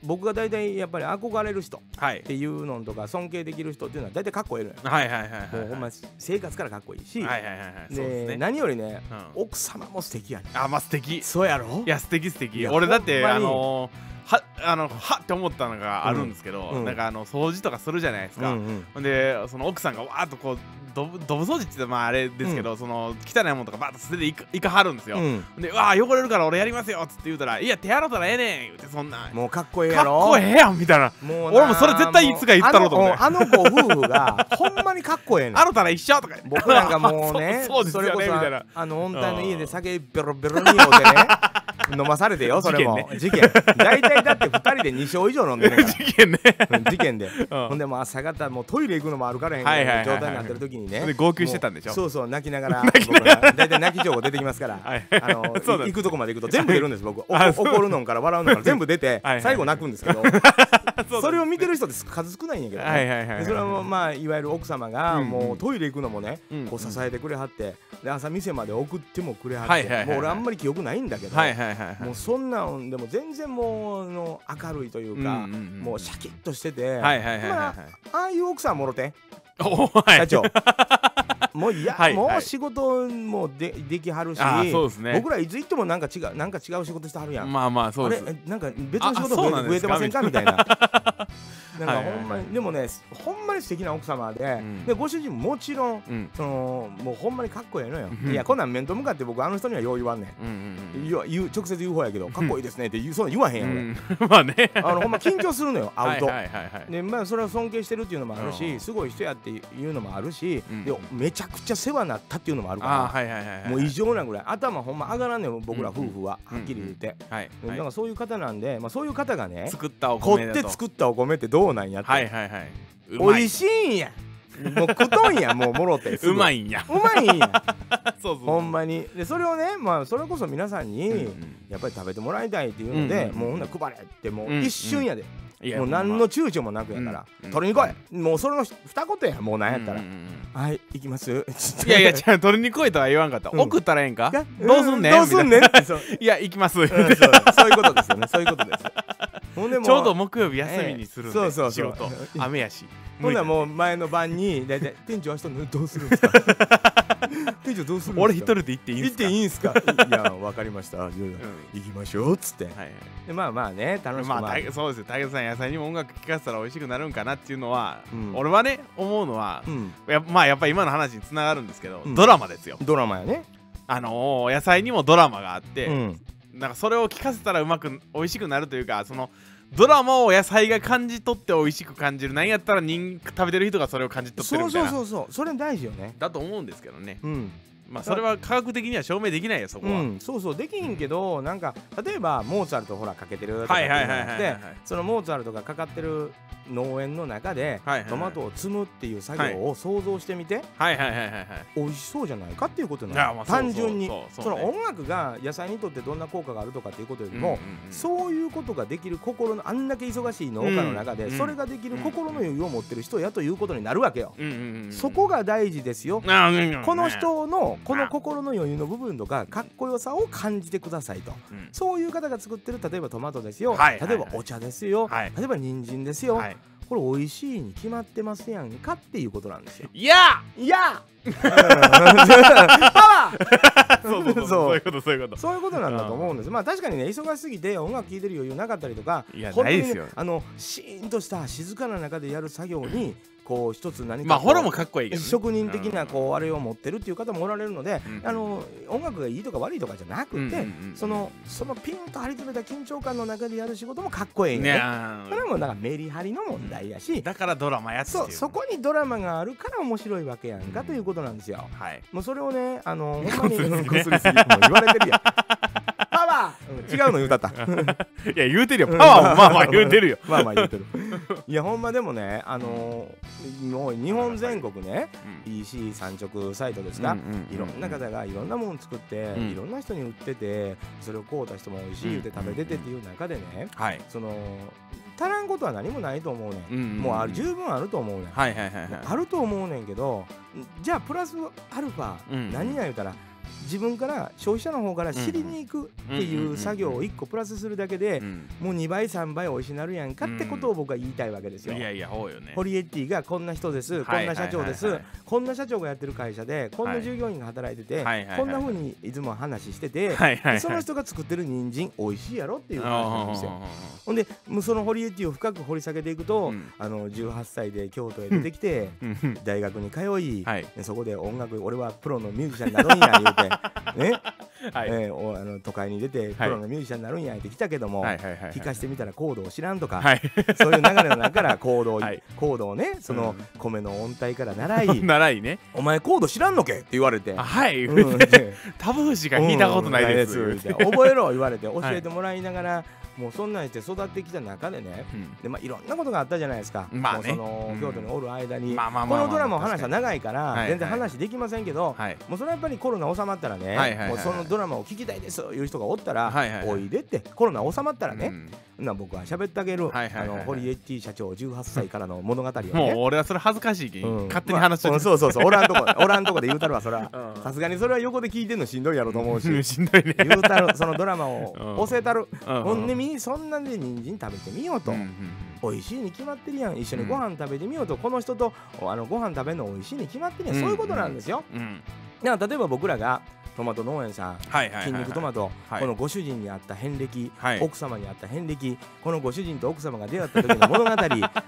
僕が大体やっぱり憧れる人っはいていうのとか尊敬できる人っていうのは大体かっこええのよ、はいはいはいはいもうほんま生活からかっこいいし、はいはいはいはいでそうですね何よりねうん奥様も素敵やねあまあ素敵いそうやろや素敵素敵いや俺だってほんまあにのーはあのはって思ったのがあるんですけど、うんうんなんかあの掃除とかするじゃないですうんうか、んほんでその奥さんがわーっとこうどぶどぶ掃除ってまああれですけど、その汚いものとかバーッと捨てていかいかはるんですよ、うんで「うわー汚れるから俺やりますよ」っつって言うたら「いや手洗ったらええねん」言うてそんなんもうかっこええかやっろこええやんみたいなもう俺もそれ絶対いつか言ったろうと思ってあのあのご夫婦がほんまにかっこええ「の洗ったら一緒」とか言って僕なんかもうね そうそうですそよれねこみたいなそあの温帯の家で酒ベロベロに酔うてね飲まされてよそれも事件,、大体だって2人で2勝以上飲んでる 事件ねから うん事件で、んほんでもう朝方もうトイレ行くのも歩かれへんはいはいはいはい状態になってる時にねで号泣してたんでしょもうそうそう泣きなが ら僕ら大体泣き情報出てきますから、はいあの そうなんです行くとこまで行くと全部出るんです 僕おあそう怒るのんから笑うのから全部出てはいはい最後泣くんです けどそうそれを見てる人って数少ないんやけど、ねはいはいはいはいそれはまあいわゆる奥様がうんうんもうトイレ行くのもね、うんこう支えてくれはってで朝店まで送ってもくれはって、はいはいはいはいもう俺あんまり記憶ないんだけど、はいはいはいはいもうそんなんでも全然もうあの明るいというか、うんうんうんもうシャキッとしてて、はいはいはいはいまあはいああいう奥さんもろておはい 社長もういや、はいもはうい仕事もでできはるしあーそうですね僕らいつ行ってもなんか違うなんか違う仕事してはるやん、まあまあそうあでれすえなんか別の仕事あそう増なえん増でえすてかませんかみたいななんか はいはいはいほんまにでもねほんまに素敵な奥様で,、んでご主人ももちろんうんそのもうほんまにかっこええのようんいやこんなん面と向かって僕あの人にはよう言わんねうんうんうんんいや言う直接言う方やけどかっこいいですねって言うそんなん言わへんやん俺、うん まあねあのほんま緊張するのよ 会うと。はいはいはいはいでまあ、それは尊敬してるっていうのもあるし、うんすごい人やっていうのもあるし、うんでめちゃくちゃ世話になったっていうのもあるあーかはいはいはいはら、いもう異常なぐらい頭ほんま上がらんねん僕ら夫婦は、うんはっきり言って、はいではいなんかそういう方なんで、まあ、そういう方がね作ったお凝米っだてと作ったお米ってどうなんやって、はいはいはい美うまい味しいんやもう食っとんやもうもろてすぐうまいんや うまいんやそうそうそうほんまにでそれをねまあそれこそ皆さんに、うんうんやっぱり食べてもらいたいっていうので、うんうんもうほんなら配れってもうんううん一瞬やで、いやもう何の躊躇もなくやから、うん取りに来いもうそれの二言やもうなんやったら、うんうんうんはい行きます いやいや違う取りに来いとは言わんかった、うん送ったらええんかがどうすんねんどうすんねみんってそうたいないや行きます、 うんそうそういうことですよねそういうことですほんでもちょうど木曜日休みにするんで、ええそうそうそう仕事雨やしほんならうもう前の晩に大体店長明日のどうするんです か店長どうするんですか俺一人で行っていいん行っすかていいんすか いやわかりました、じゃあ行きましょうっつって、はいでまあまあね楽はしい、く、まあまあたいそうですよ武田さん野菜にも音楽聴かせたら美味しくなるんかなっていうのは、うん俺はね思うのはう、ん、やまあやっぱり今の話につながるんですけど、うんドラマですよドラマやね、あのー野菜にもドラマがあって、うん、なんかそれを聞かせたらうまく美味しくなるというかそのドラマを野菜が感じ取って美味しく感じるなんやったら人食べてる人がそれを感じ取ってそるうみたいそうなそうそうそれ大事よねだと思うんですけどねうん、まあそれは科学的には証明できないよそこうは、ん、そうそうできんけどなんか例えばモーツァルトほらかけてるとかっはていいうのはいはいはがいはあっいはていそのモーツァルトがかかってる農園の中ではいはいはいトマトを摘むっていう作業を想像してみてはいはいはいはい美味しそうじゃないかっていうこといやなまのあそうそう単純にそうそうそのね音楽が野菜にとってどんな効果があるとかっていうことよりうんうもんうんそういうことができる心のあんだけ忙しい農家の中うでんそれができる心の余裕を持ってる人やということになるわけようんうんうんそこが大事ですよあうんうんうんこの人のこの心の余裕の部分とかかっこよさを感じてくださいとうんそういう方が作ってる例えばトマトですよ、はい例えばはいはいお茶ですよ、はい例えば人参ですよ、はいこれ美味しいに決まってますやんかっていうことなんですよ。いやいやパワーそうそうそういうことそういうことそういうことなんだと思うんです、まあ確かにね忙しすぎて音楽聴いてる余裕なかったりとかいや本当にねないですよあのシーンとした静かな中でやる作業にこう一つ何かまあこうホロもかっこいいけどね職人的なこうあれを持ってるっていう方もおられるので、うんあの音楽がいいとか悪いとかじゃなくて、うんうんうんそのそのピンと張り詰めた緊張感の中でやる仕事もかっこええうんよねねあそれーもなんかメリハリの問題やし、だからドラマやってそうそここにドラマがあるから面白いわけやんかということなんですよ。はいもうそれをね、あの、ほんまに、こすりすぎねこすりすぎもう言われてるやん。パワー、うん違うの言うたった。いや言うてるよパワーもまあまあ言うてるよまあまあ言うてる。いや、ほんまでもね、あのもう日本全国ね、EC 産直サイトですが、いろんな方がいろんなもの作って、うんいろんな人に売ってて、それを買うた人も美味しい言うて食べててっていう中でね、はいその、足らんことは何もないと思うねうんうんうんん。もうある十分あると思うねん。はいはいはいはいあると思うねんけどじゃあプラスアルファ、うん何や言うたら自分から消費者の方から知りに行くってうんうんうんいううん作業を1個プラスするだけでう、んもう2倍3倍美味しなるやんかってことを僕は言いたいわけですいよ。やいやほうよねホリエッティがこんな人です、はいこんな社長です、はいはいこんな社長がやってる会社でこんはない従業員が働いてて、はいはいはいこんな風にいつも話してて、はいはいはいでその人が作ってる人参美味しいやろっていう話なんですよ。ほんでもうそのホリエッティを深く掘り下げていくと、うんあの18歳で京都へ出てきて、うんうん大学に通い、はいでそこで音楽俺はプロのミュージシャンになるんや言うて、ねはいはいえーおあの都会に出てプロのミュージシャンになるんや言って来たけども、はいはいはい聞かしてみたらコードを知らんとか、はい そういう流れの中からコードを、はいコードをねそのうん米の音体から習い習いね「お前コード知らんのけ?」って言われて。あはいうんでタブーしか 聞いたことないですうんないです覚えろ言われて教えてもらいながら、もうそんなんして育ってきた中でねうんで、まあ、いろんなことがあったじゃないですか、まあねもうその京都におる間に、まあまあこまあまあのドラマの話は長いか確からに全然話できませんけど、はいもうそれはやっぱりコロナ収まったらね、はいはいはいもうそのドラマを聞きたいですいう人がおったら、はいはいはいおいでってコロナ収まったらうね、んな僕は喋ってあげる、はいはいはいはあいのホリエッティ社長18歳からの物語をねもう俺はそれ恥ずかしいけうんん勝手に話しといまあてそうそうそうおらんとこおらんとこで言うたるわそらうんさすがにそれは横で聞いてんのしんどいやろと思うしうんしんどいね言うたるそのドラマをうん教えたる、うんほんでみそんなんで人参食べてみようと、うんうん美味しいに決まってるやん一緒にご飯食べてみようと、この人とおあのご飯食べるの美味しいに決まってるやん、うんそういうことなんですよ、うんだから例えば僕らがトマト農園さんはいはいはいはい筋肉トマト、はいこのご主人にあった遍歴、はい奥様にあった遍歴このご主人と奥様が出会った時の物 語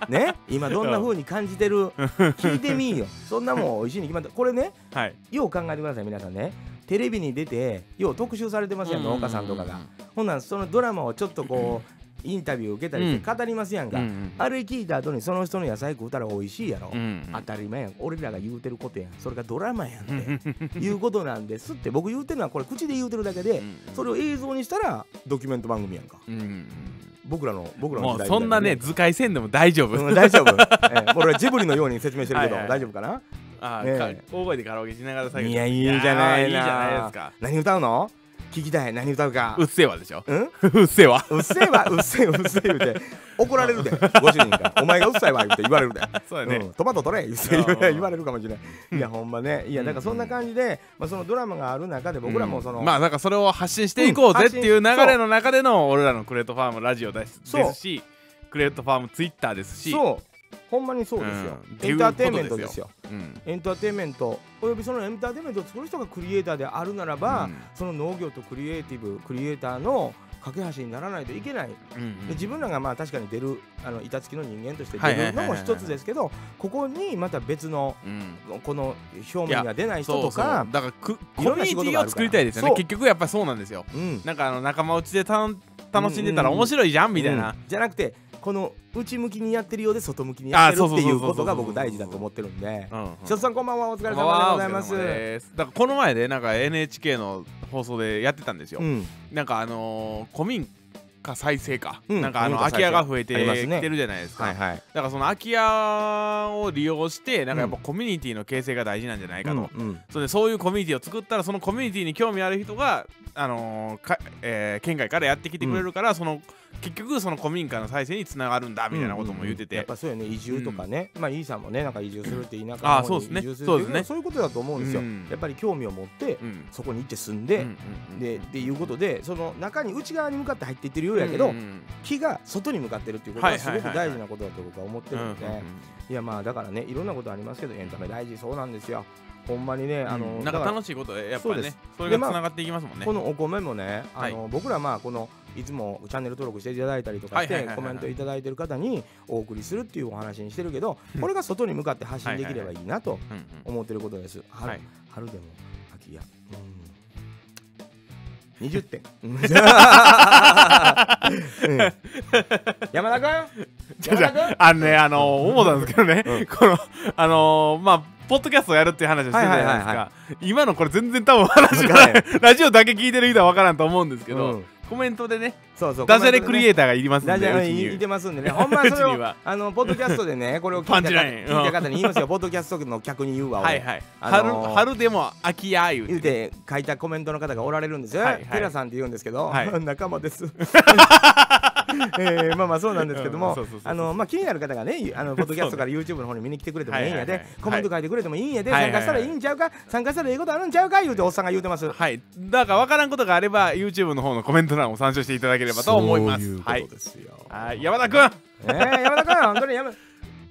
ね今どんな風に感じてる聞いてみいよそんなもん美味しいに決まったこれねはいよう考えてください皆さんねテレビに出てよう特集されてますやん農家さんとかがほんなんそのドラマをちょっとこうインタビュー受けたりして語りますやんか、うんあれ聞いた後にその人の野菜食うたら美味しいやろ、うん当たり前やん俺らが言うてることやんそれがドラマやんっていうことなんですって僕言うてるのはこれ口で言うてるだけでうんそれを映像にしたらドキュメント番組やんかうんうん僕らの僕らのも時う代そんなねみ図解せんでも大丈たいな夫うん大丈夫、 ええ、俺はジブリのように説明してるけどはいは大い丈夫かなあねえーか大声でカラオケしながら作業いやいいじゃないないいじゃないですか何歌うの聞きたい何歌うかうっせえわでしょうん うっせえわうっせえわうっせえうっせえ言うて怒られるでご主人がお前がうっさいわ言って言われるでそうだねうん、トマト取れ言ってうん言わ言われるかもしれないいやほんまねいやだからそんな感じで、まあ、そのドラマがある中で僕らもその、うんまあなんかそれを発信していこうぜっていう流れの中での俺らのクレートファームラジオですそうですしクレートファームツイッターですしそうほんまにそうですよ、うんエンターテインメントですようんエンターテインメントおよびそのエンターテインメントを作る人がクリエイターであるならば、うんその農業とクリエイティブクリエイターの架け橋にならないといけない、うんで自分らがまあ確かに出るあの板付きの人間として出るのも一つですけどここにまた別のうんこの表面が出ない人そうとそうかだからくコいミろュんなニ仕テ事があるからィを作りたいですよねそう結局やっぱそうなんですようんなんかあの仲間内でたの楽しんでたら面白いじゃん みたいな、うんじゃなくてこの内向きにやってるようで外向きにやってるあっそうてそいうそうそううことが僕大事だと思ってるんでうんうんしょつさんこんばんはお疲れ様でございますわあお疲れ様ですだからこの前でなんか NHK の放送でやってたんですよ、うんなんかあのー古民家再生か、うんなんかあの古民家空き再生家が増えてありますきねてるじゃないですか、はいはいだからその空き家を利用してなんかやっぱコミュニティの形成が大事なんじゃないかと、うんうんそれでそういうコミュニティを作ったらそのコミュニティに興味ある人が、あのーかえー県外からやってきてくれるから、その結局その古民家の再生につながるんだみたいなことも言ってやてっ、ぱそうよね移住とかね、まあイーさんもねなんか移住するって田舎あのーそ方うですにね移住するってそういうでのすねはそういうことだと思うんですよ、うんやっぱり興味を持ってうんそこに行って住んで、うんうんでっていうことでその中に内側に向かって入っていってるようやけど、うんうん木が外に向かってるっていうことはすごはいくはいはいはい大事なことだと僕は思ってうんるので、いやまあだからねいろんなことありますけどエンタメ大事そうなんですよほんまにね、あの、なんかだら楽しいことでやっぱそうりでねすそでれがまあつながっていきますもんねこのお米もね、あはいの僕らまあこのいつもチャンネル登録していただいたりとかしはいてはいはいはいコメントいただいてる方にお送りするっていうお話にしてるけどこれが外に向かって発信できればいいなとうんうん思ってることです。春,、はい春でも秋や。うん20点 うん山田君じゃあじ山田ゃ君ああのね、あのー思ったんですけどね、うんこの、あのーまあ、ポッドキャストをやるっていう話をしてたじゃないですか、はいはいは今のこれ全然多分わ話かがらんよラジオだけ聞いてる人は分からんと思うんですけど、うんコメントでねそうそうダジャレクリエイイターがいりますんでダジャうちレに言言いうてますん でねほんまそれうちにをはあのポッドキャストでねこれを聞パいンたチ方ライン聞いた方に言いますよポッドキャストの客に言うわ俺はいはい、あのー春春でも秋や言うて言うて書いたコメントの方がおられるんですよ、はいはいテラさんって言うんですけど、はい 仲間 です、えーまあまあそうなんですけどうもんそうそうそうそうあのまあ気になる方がねあのポッドキャストから YouTube の方に見に来てくれてもいいんやで、はいはいはいコメント書いてくれてもいいんやで、はい参加したらいいんちゃうか参加したらいいことあるんちゃうか言うておっさんが言うてます、はい、だから分からんことがあれば YouTube の方のコメント欄を参照していただければと思いますそういうこはといですよ、はい山田君えー、山田君本当に山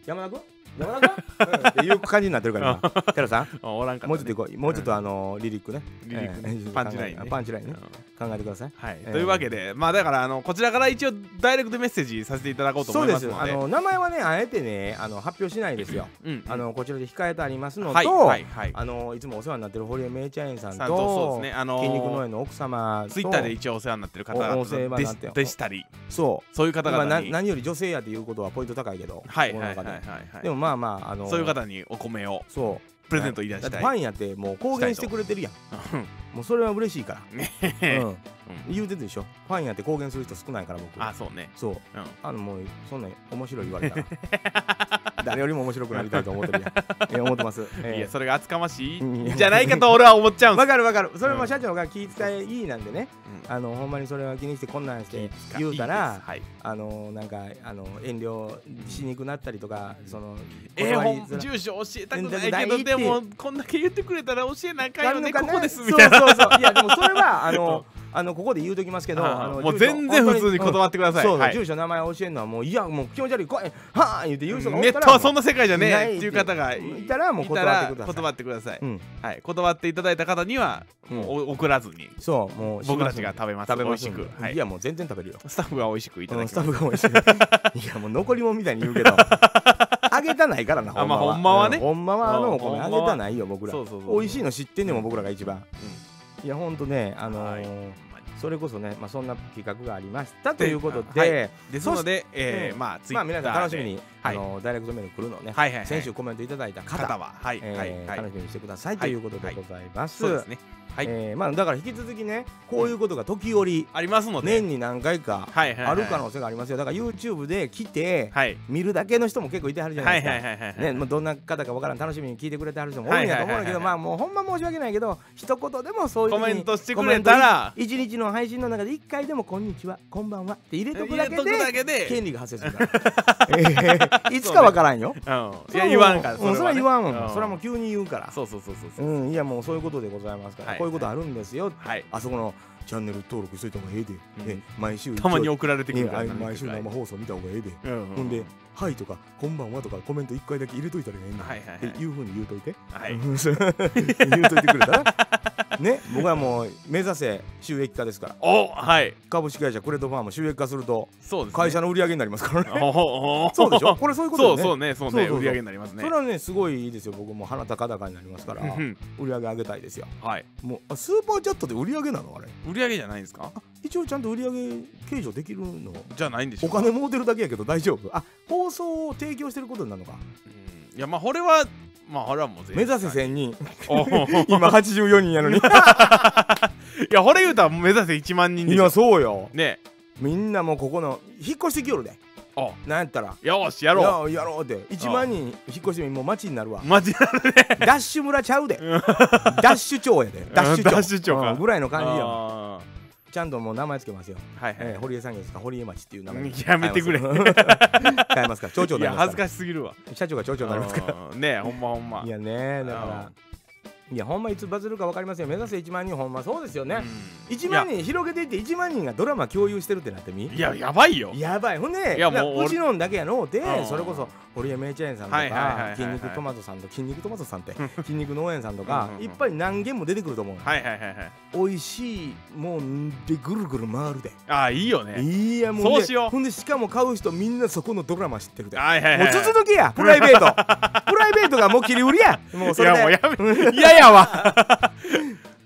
山田君山 田君、うん、っていう感じになってるから今テラさんあおらん かった、ね、もうちょっといこうもうちょっとあのリリックねリリックねえー パンチラインね考えパンチラインねうん考えてくださいはい、えーというわけで、まあだからあのこちらから一応ダイレクトメッセージさせていただこうとそう思いでますすのであの名前はねあえてねあの発表しないですようん、あのこちらで控えてありますのと、はいはいはいあのいつもお世話になってる堀江メイチャインさんさんとそとうですねあのー筋肉農園の奥様とツイッターで一応お世話になってる方々おお世話になってででしたりそうそういう方今々なに何より女性やっていうことはポイント高いけどはいはいはいこのはい中ではいでもまあまああのーそういう方にお米をそうプレゼントいただしってたファいンやってもう公言してくれてるやんうんもうそれは嬉しいからうんう言うてるでしょファンやって公言する人少ないから僕あそうねそううんあのもうそんな面白い言われ たら誰よりも面白くなりたいと思ってるやん、 えー思ってます、えーいやそれが厚かましいうんんじゃないかと俺は思っちゃうんでわかるわかるそれうもん社長が気遣いいいなんでね、うあのほんまにそれは気にしてこんなんしすて言うたらはいあのなんかあの遠慮しにくなったりとか、そのえー、断りづら本住所教えたくないけどでもこんだけ言ってくれたら教えなあかんなよるのねかこなこですみたいなそうそうそういやでもそれはあ のあのここで言うときますけどあのもう住所全然普通に本当断ってください、そう、はい住所名前教えるのはもういやもう気持ち悪い怖いはあ言うて言う人がおっネたッらトはそんな世界じゃねないえっていう方がいたらもう断ってくださいいたら断ってくださいうんはい断っていただいた方にはうんもうお送らずにそうもう僕たちが食べます食べますんで美味しくはいいやもう全然食べるよスタッフが美味しくいたうだんきスまタすッフが美味しいいやもう残りもんみたいに言うけ どあげたないからなあまあほんまはねうんほんまはあのおほ米んまあはげたないよ僕らそうそうそう美味しいの知ってんねんもん僕らが一番いやほんとねあのーはいそれこそねまあそんな企画がありましたということはでですのでえうーんまあツイまッタあーで皆さん楽しみにあはいのーダイレクトメール来るのねはいはいはい先週コメントいただいた方方ははいはいえーは楽いしみにしてくださいはといいうことでございますそうですねはいえーまあだから引き続きねこういうことが時折ありますので年に何回かはいはいはいある可能性がありますよだから YouTube で来てはい見るだけの人も結構いてはるじゃなはいいではすいか。はいはいね、もうどんな方かわからん楽しみに聞いてくれてはる人も多いんやと思うんだけど、はいはまいはいはいあもうほんま申し訳ないけど一言でもそういうふうにコメントしてくれたらコメント一日の配信の中で一回でも「こんにちはこんばんは」って入れとく入だれけとくだでけで権利が発生する から、ええいつかわからんようんいそれはやもう言わんからうんそれは言わんもん、ねそれはもう急に言うからそうそうそうそうそううんいやもうそういうことでございますから、はいこういうことあるんですよ、はいあそこのチャンネル登録しといた方がええで、んえ毎週一応たまに送られてくるねからあ毎週生放送見た方がええで、うんほんで「はい」とか「こんばんは」とかコメント1回だけ入れといたらええねんはいはいはいっていうふうに言うといて、はい言う といてくれたらね僕はもう目指せ収益化ですからおはい株式会社クレートファーム収益化するとそうですね会社の売り上げになりますからねおお そうでしょこれそういうことだそようねそそううねそうそうねそう売り上げになりますねそれはねすごいいいですよ僕も鼻高々になりますからうんうん売り上げ上げたいですよはいもうあスーパーチャットで売り上げなのあれ売り上げじゃないんですか一応ちゃんと売り上げ計上できるのじゃないんでしょおうか金儲けるだけやけど大丈夫あ放送を提供してることになるのかうんいやまあこれはまあこれはもう目指せ1000人おー今84人やのに いやこれ言うたらもう目指せ1万人でし今ょそうよねみんなもうここの引っ越してきよるであなんやったらよしやろうやろうって1万人引っ越してみもう街になるわうマジな ダッシュ村ちゃ うでダッシュ町やでダッシュ町ダッシュ町かうんぐらいの感じやもんあちゃんともう名前つけますよーはいはいえー堀江産業ですか堀江町っていう名前 やめてくれ変えます変えますから町長いになやりますか恥ずかしすぎるわら社長が町長になりますかあーねほんまほんまらいやねだあかのらいやほんまいつバズるか分かりませんよ目指せ1万人ほんまそうですよね、うん1万人広げていって1万人がドラマ共有してるってなってみいややばいよやばいほんでいやもう俺ちのんだけやのうてうんそれこそ堀江メイチェーンさんとはいはいはいはいはかい筋肉トマトさんと筋肉トマトさんって 筋肉農園さんとかうんうんうんいっぱい何軒も出てくると思う、はいはいはいはい美味しいもんでぐるぐる回るでああいいよねいやもうねそうしようほんでしかも買う人みんなそこのドラマ知ってるでもはいはいうはい続けやプライベートプライベートがもう切り売りやもうそいれ やもうでやめ いややわ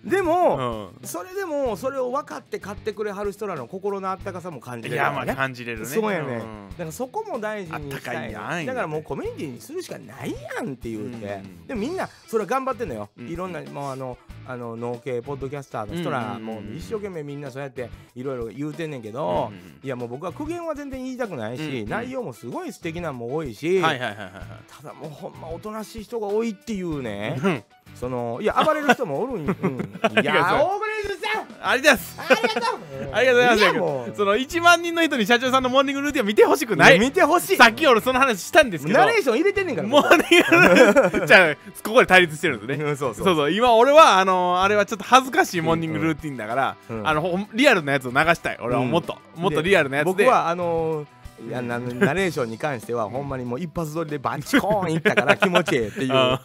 でも、うそれでもそれを分かって買ってくれはる人らの心のあったかさも感じんいれるやよまあね感じれるねそうやね、だんからそこも大事にしたい,、あったかいなだからもうコミュニティにするしかないやんって言うて、うんでもみんなそれは頑張ってんのよ、うんいろんなもうあのあの農系ポッドキャスターの人ら、うんもう一生懸命みんなそうやっていろいろ言うてんねんけど、うんいやもう僕は苦言は全然言いたくないし、うんうん内容もすごい素敵なんも多いし、はいはいはいはいはいただもうほんまおとなしい人が多いっていう ねうんそのいや暴れる人もお るん、うん、いいややそ大森さんありですありがとうありがとうございもますその1万人の人に社長さんのモーニングルーティンは見てほしくなないい見てほしいさっき俺その話したんですけどナレーション入れてんねんからモーニングルーティンじゃあここで対立してるんですねうんそうそうそうそう今俺はあのーあれはちょっと恥ずかしいモーニングルーティンだから、うんあのほんリアルなやつを流したい俺はもっと、うんもっとリアルなやつで僕はあのーいやなナレーションに関してはほんまにもう一発撮りでバチコーンいったから気持ちええっていうあ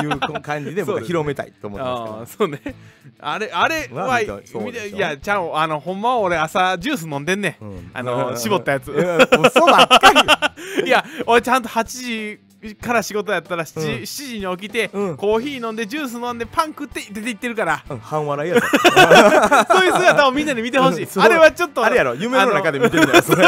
いう感じで僕は広めたいと思ってあまーすそうねあれあれまあは見たそう見でてしょいやちゃんあのほんまは俺朝ジュース飲んでんねけど、うんあのー絞ったやいつ 嘘ばっかりよんいや俺ちゃんと8時から仕事やったら 7, 時うん7時に起きて、うんコーヒー飲んでジュース飲んでパン食って出て行ってるからうん半笑いやつそういう姿をみんなに見てほしい、 うんそうあれはちょっとあれやろ夢の中で見てるやつ それ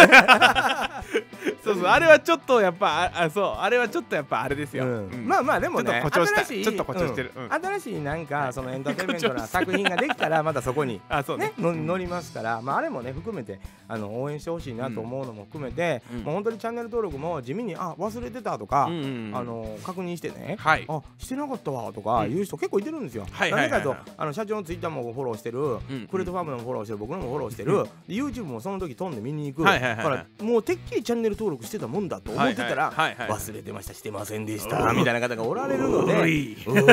そうそうあれはちょっとやっぱああそうあれはちょっとやっぱあれですよ、うんうんまあまあでもねちょっと誇張した新しいちょっと誇張してるうんうん新しいなんかそのエンターテインメントな作品ができたらまたそこにあ そうねね、の乗りますから、まあ、あれもね含めてあの応援してほしいなと思うのも含めて、うんもう本当にチャンネル登録も地味にあ忘れてたとか、うんうんうんあの確認してね、はいあしてなかったわとかいう人結構いてるんですよ。はいなんでかとはいはいあの社長のツイッターもフォローしてる、うんクレートファームのもフォローしてる僕のもフォローしてる、で YouTube もその時飛んで見に行く、はいはいはいはいだからもうてっきりチャンネル登録してたもんだと思ってたら、はいはいはいはい忘れてましたしてませんでしうたんみたいな方がおられるのでおいおい おい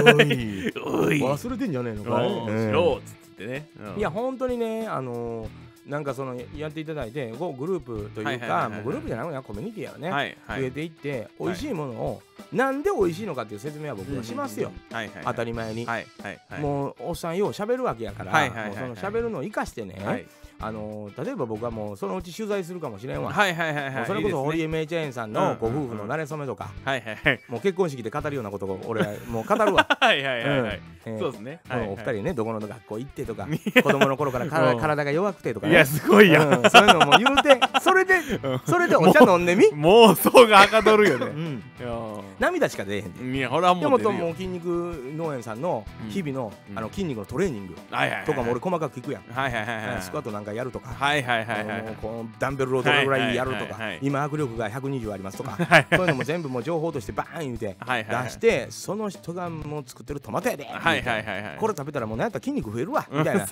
忘れてんじゃねえのかおええーしろっつってね、うんいや本当にねあのーなんかそのやっていただいてこうグループとはいいうはいはいはかいもうグループじゃないもんやコミュニティやろね、はいは増えいていって美味しいものを、なんで美味しいのかっていう説明は僕はしますよ、、うんうんうんはいはい当たり前に、はいはいはいもうおっさんよう喋るわけやから、はいはいはいはいもうその喋るのを生かしてね、はいあのー例えば僕はもうそのうち取材するかもしれんわ、はいはいはいもはういそれこそ堀いいですね江メイチェーンさんのご夫婦の馴れ初めとか、はいはいはい、もう結婚式で語るようなことを俺はもう語るわ はいはいはいはいえーそうですねはいもうお二はい人ねどこの学校行ってと か子供の頃からからうん体が弱くてとかいねやすごいやんうんそういうのも言うてそれでそれでお茶飲んでみ、妄想がはかどるようねん、いやー涙しか出えへんでいやほらもでうも出とるよもう筋肉農園さんの日々の,、うんあの筋肉のトレーニングはいはいはいとかも俺細かく聞くやん、はいはいはいはいスクワットなんかやるとか、はいはいはいはいあのこのダンベルをどれぐらいやるとか、はいはいはいはい今握力が120ありますとかはいそういうのも全部もう情報としてバーン言うてはいはいはい出してその人がもう作ってるトマトやで、はいはいはいはいこれ食べたらもう何やったら筋肉増えるわみ たいな、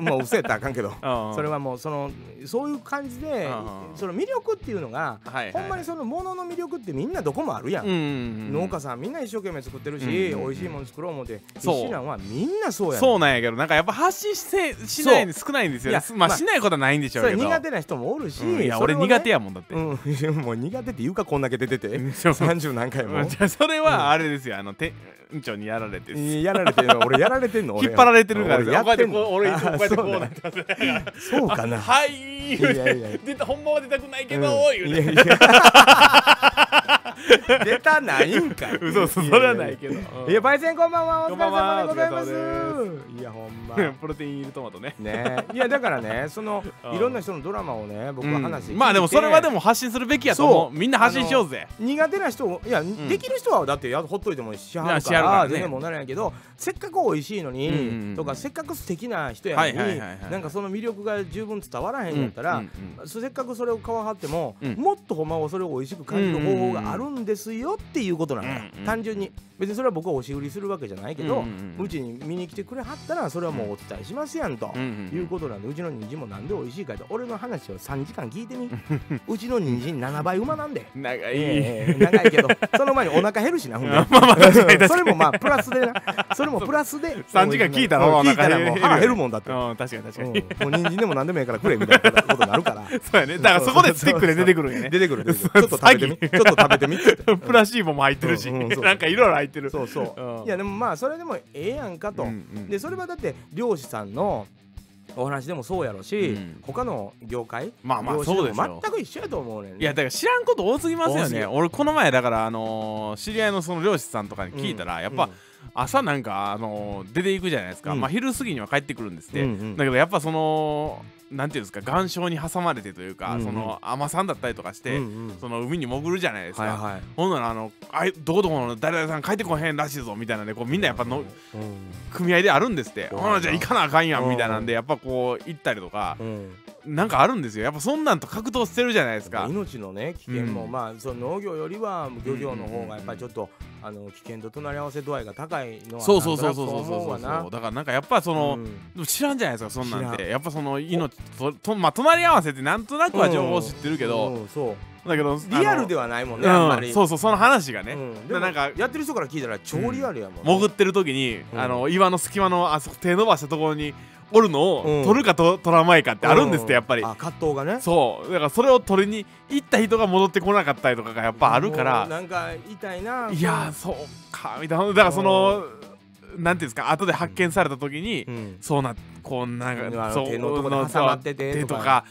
もう嘘やったらあかんけどうんそれはもうそのそういう感じでうんその魅力っていうのがはいはいほんまにそのものの魅力ってみんなどこもあるやうんん。うんうん農家さんみんな一生懸命作ってるしうん美味しいもの作ろう思って必そう死なんはみんなそうやんそうなんやけどなんかやっぱ発信してしないの少ないんですよねそういやまあまあしないことはないんでしょそうけれど苦手な人もおるしうんいやそれ俺をね苦手やもんだってうん もう苦手っていうかこんだけ出ててそう30何回もじゃあそれはあれですよあの店長にやられて引やられてるの俺やられてんの俺っ張られてるから俺やこうやっっててんのこう俺いつもこうやって あこそううなだってますだからそうかなはいいやいや出た本番は出たくないけうどん言ういてやい や出たないんかい嘘嘘それはないけどいや、パイセンこんばんは。おこ疲んれ様ばんはでございまお疲す。いや、ほんま。うん プロテイン入りトマトねね、いやだからね、そのうんいろんな人のドラマをね、僕うはん話して、まあでもそれはでもも発信するべきやと思そううみんな発信しようぜ苦手な人をいや、んできる人はだってやほっといてもしはるいやしかはるかららね全然もならんやけど、せっかく美味しいのに、うんうんうんとかせっかく素敵な人やのに、はいはいはいはいなんかその魅力が十分伝わらへんやったら。うんうんうんせっかくそれを皮張っても、うんもっとほんまはそれを美味しく感じる方法があるんですよっていうことなんだ、うんうん単純に別にそれは僕は押し売りするわけじゃないけど、ううんうんうんちに見に来てくれはったらそれはもうお伝えしますやんと、うんうんいうことなんでうちの人参もなんで美味しいかと俺の話を3時間聞いてみうちの人参7倍馬なんで。長い、ええ長いけどその前にお腹減るしなほんで それもまあプラスでなそれもプラスで三時間聞いたらうんお腹聞いたらもう減るよ腹減るもんだって、うん、確かに確かうんに、もう人参でも何でもええから食れみたいなことになるからそうやねだからそこでスティックで出てくるんやね出てくる出て くるちょっと食べてみちょっと食べてみっつってプラシーボも入ってるし、うんうんそうなんかいろいろ入ってるそうそう、うんいやでもまあそれでもええやんかと、うんうんでそれはだって漁師さんのお話でもそうやろし、うん他の業界まあまあ業種もそうですよ全く一緒やと思うねんねいやだから知らんこと多すぎますよ多すぎねる俺この前だからあのー知り合いのその漁師さんとかに聞いたら、うんやっぱ、朝なんかあのー出ていくじゃないですか、うんまあ昼過ぎには帰ってくるんですって、うんうんだけどやっぱそのなんていうんですか岩礁に挟まれてといううか、んうんその海女さんだったりとかしうんて、うんその海に潜るじゃないですか、はいはいほんならあのあいどこどこの誰々さん帰ってこへんらしいぞみたいなんでこうみんなやっぱの、組合であるんですって、そうなんだほなじゃあ行かなあかんやんみたいなんでやっぱこう行ったりとかうんうんなんかあるんですよやっぱそんなんと格闘してるじゃないですか。命のね危険も、うんまあその農業よりは漁業のうんう方んうんがやっぱりちょっと、あの危険と隣り合わせ度合いが高いのはそうそうそうそうなんそうとなく思そうわうなそうだからなんかやっぱその、うんでも知らんじゃないですかそんなん知てやっぱその命とと、まあ、隣り合わせってなんとなくは情報知ってるけど、うんそうだけどリアルでははないもんねねあんまり、うん、そうそうその話がね、うんでなんかやってる人から聞いたら超リアルやもん、潜ってる時に、うんあの岩の隙間のあそこ手伸ばしたところにおるのを、うん取るかと取らないかってあるんですって、やっぱりあ葛藤がねそうだからそれを取りに行った人が戻ってこなかったりとかがやっぱあるかもうらなんか痛いないやーそうかみたいなだからそのなんていうんですか後で発見された時に、うんそうなこんなんあかのそう手のとこで挟まってて手ととかか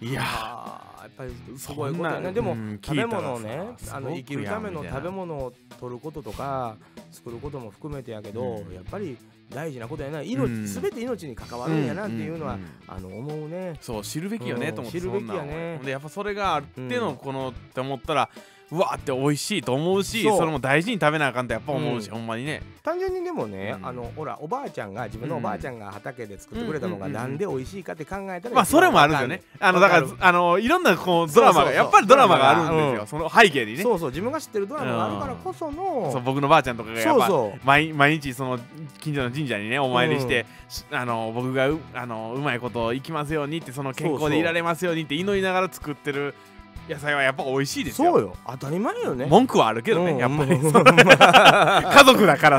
いやーあーやっぱりすそごいんことやなねでも、うん食聞いべたら物をねさあのすごく生きるためのやんみたい食べな物を取ることとか作ることも含めてやけど、うんやっぱり大事なことやな命、うん全て命に関わるんやなっていうのは、んんんあの思うねそう知るべきよねうんと思って知るべきやねそんなんはでやっぱそれがあってうのんこのって思ったらうわーって美味しいと思うしそうそれも大事に食べなあかんってやっぱ思うしうんほんまにね単純にでもね、うんあのほらおばあちゃんが自分のおばあちゃんが畑で作ってくれたのがうんうんうんなうんんで美味しいかって考えたら まあそれもあるんですよねあのだかわらかあのいろんなこうドラマそうそうそがうやっぱりドラマがあるんですうよんその背景にねそうそう自分が知ってるドラマがあるからこその、そう僕のばあちゃんとかがやっそうぱそう毎毎日その近所の神社にねお参りして、しあの僕がうあのうまいこと行きますようにってその健そう康そうでいられますようにって祈りながら作ってる野菜はやっぱ美味しいですよそうよ当たり前よね文句はあるけどね、うんやっぱり、うんその家族だから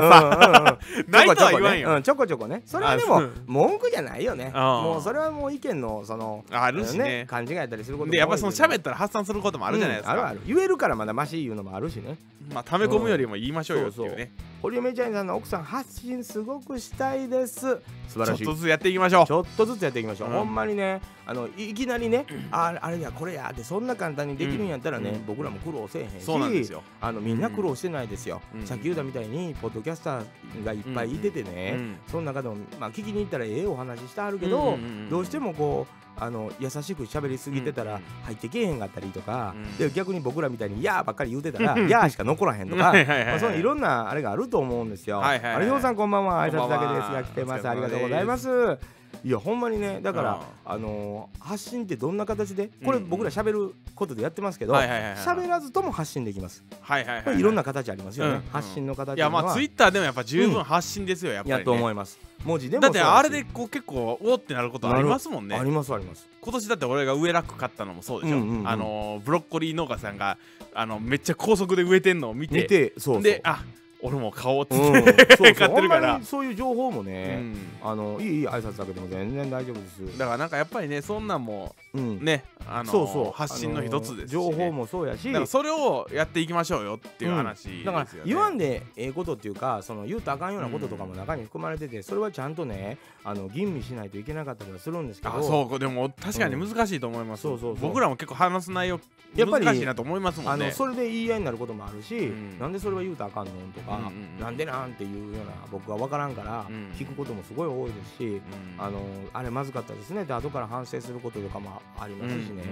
ささ、ないとは言わんよ、うんちょこちょこねそれはでもあそう文句じゃないよねうんもうそれはもう意見のそのあるしね勘違いやったりすることもでやっぱその多いけ喋ったら発散することもあるじゃないですか、うんあるある言えるからまだマシいうのもあるしねまあ溜め込むよりも言いましょうよっていうね、堀嫁ちゃんさんの奥さん発信すごくしたいです素晴らしいちょっとずつやっていきましょうちょっとずつやっていきましょう、うんほんまにねあのいきなり ね、ああれやこれやってそんな簡単にできるんやったらね、うん僕らも苦労せえへんしそうなんですよ、あのみんな苦労してないですよ、うんさっき言ったみたいにポッドキャスターがいっぱいいててね、うんその中でも、まあ、聞きに行ったらええお話してあるけど、んんんどうしてもこうあの優しく喋りすぎてたうらん入ってけえへんかったりとか、うんで逆に僕らみたいに「やー」ばっかり言うてたら「うんやー」しか残らへんとか はいはいはいまあそのいろんなあれがあると思うんですよ。はいはいはいあれひょうさんこんばんは挨拶だけですこんばんはが来てますお疲ありれ様がですとうございます。いやほんまにねだから、あのー発信ってどんな形でこれうん僕ら喋ることでやってますけどはいはいはいはい喋らずとも発信できます。はいはいこはれいいろんな形ありますよね、うん発信の形いやまあツイッターでもやっぱ十うん分発信ですよ、やっぱり、ね、やと思います。文字でもだってそうしあれでこう結構おーってなることありますもんねありますあります。今年だって俺が植えラック買ったのもそうでしょ、うんうんうんあのーブロッコリー農家さんがあのめっちゃ高速で植えてんのを見て見てそうそう。であ俺も買おうっつって、うん、そうそう 買ってるからほんまにそういう情報もうね、んあのいいいい挨拶だけでも全然大丈夫です。だからなんかやっぱりねそんなんもうん、ね、あのーそうそう発信の一つですし、あねの情報もそうやしだからそれをやっていきましょうよっていう話ですよ、ねだから言わんででええことっていうかその言うとあかんようなこととかも中に含まれててそれはちゃんとねあの吟味しないといけなかったりはするんですけどあそうでも確かに難しいと思います、うんそうそうそう僕らも結構話す内容やっぱり難しいなと思いますもあんのねそれで言い合いになることもあるし、うんなんでそれは言うとあかんのんとか、うんうんうんなんでなんていうような僕は分からんから、うん聞くこともすごい多いですし、うんあのあれまずかったですねって後から反省することとかもありますしね、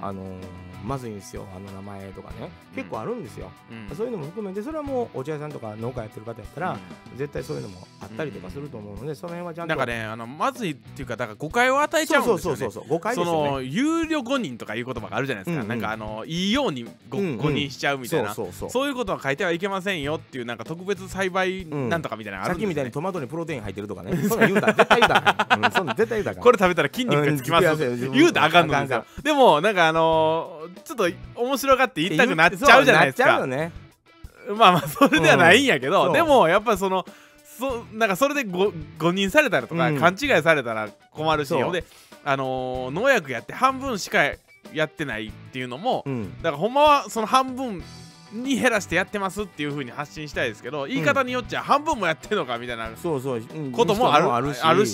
あのまずいんですよあの名前とかね結構あるんですよ、そういうのも含めてそれはもうお茶屋さんとか農家やってる方やったら、絶対そういうのもあったりとかすると思うので、その辺はちゃんとなんかねあのまずいっていうかだから誤解を与えちゃうんそでうすそうよねそうそう誤解そですよねの有料誤認とかいう言葉があるじゃないですか、うんうんなんかあのいいようにご、うんうん誤認しちゃうみたいなそうそうそうそういうことは書いてはいけませんよっていうなんか特別栽培うんなんとかみたいなのあさるっんですきよ、みたいねにトマトにプロテイン入ってるとかね、そんなん言うたら絶対言うたらあかん、うん、そんなん絶対言うたらあかんこれ食べたら筋肉がつきますようん言うとあかんのあかんであすかんよでもなんかあのーちょっと面白がって言いたくなっちゃうじゃないですそかうなっちゃうよねまあまあそれではないんやけうんそど、うでもやっぱそのそなんかそれでご誤認されたらとか、うん勘違いされたら困るしそうほんで、あのー農薬やって半分しかやってないっていうのも、うんだからほんまはその半分に減らしてやってますっていう風に発信したいですけど言い方によっちゃ半分もやってるのかみたいなそうそう、うんこともある,、人あるし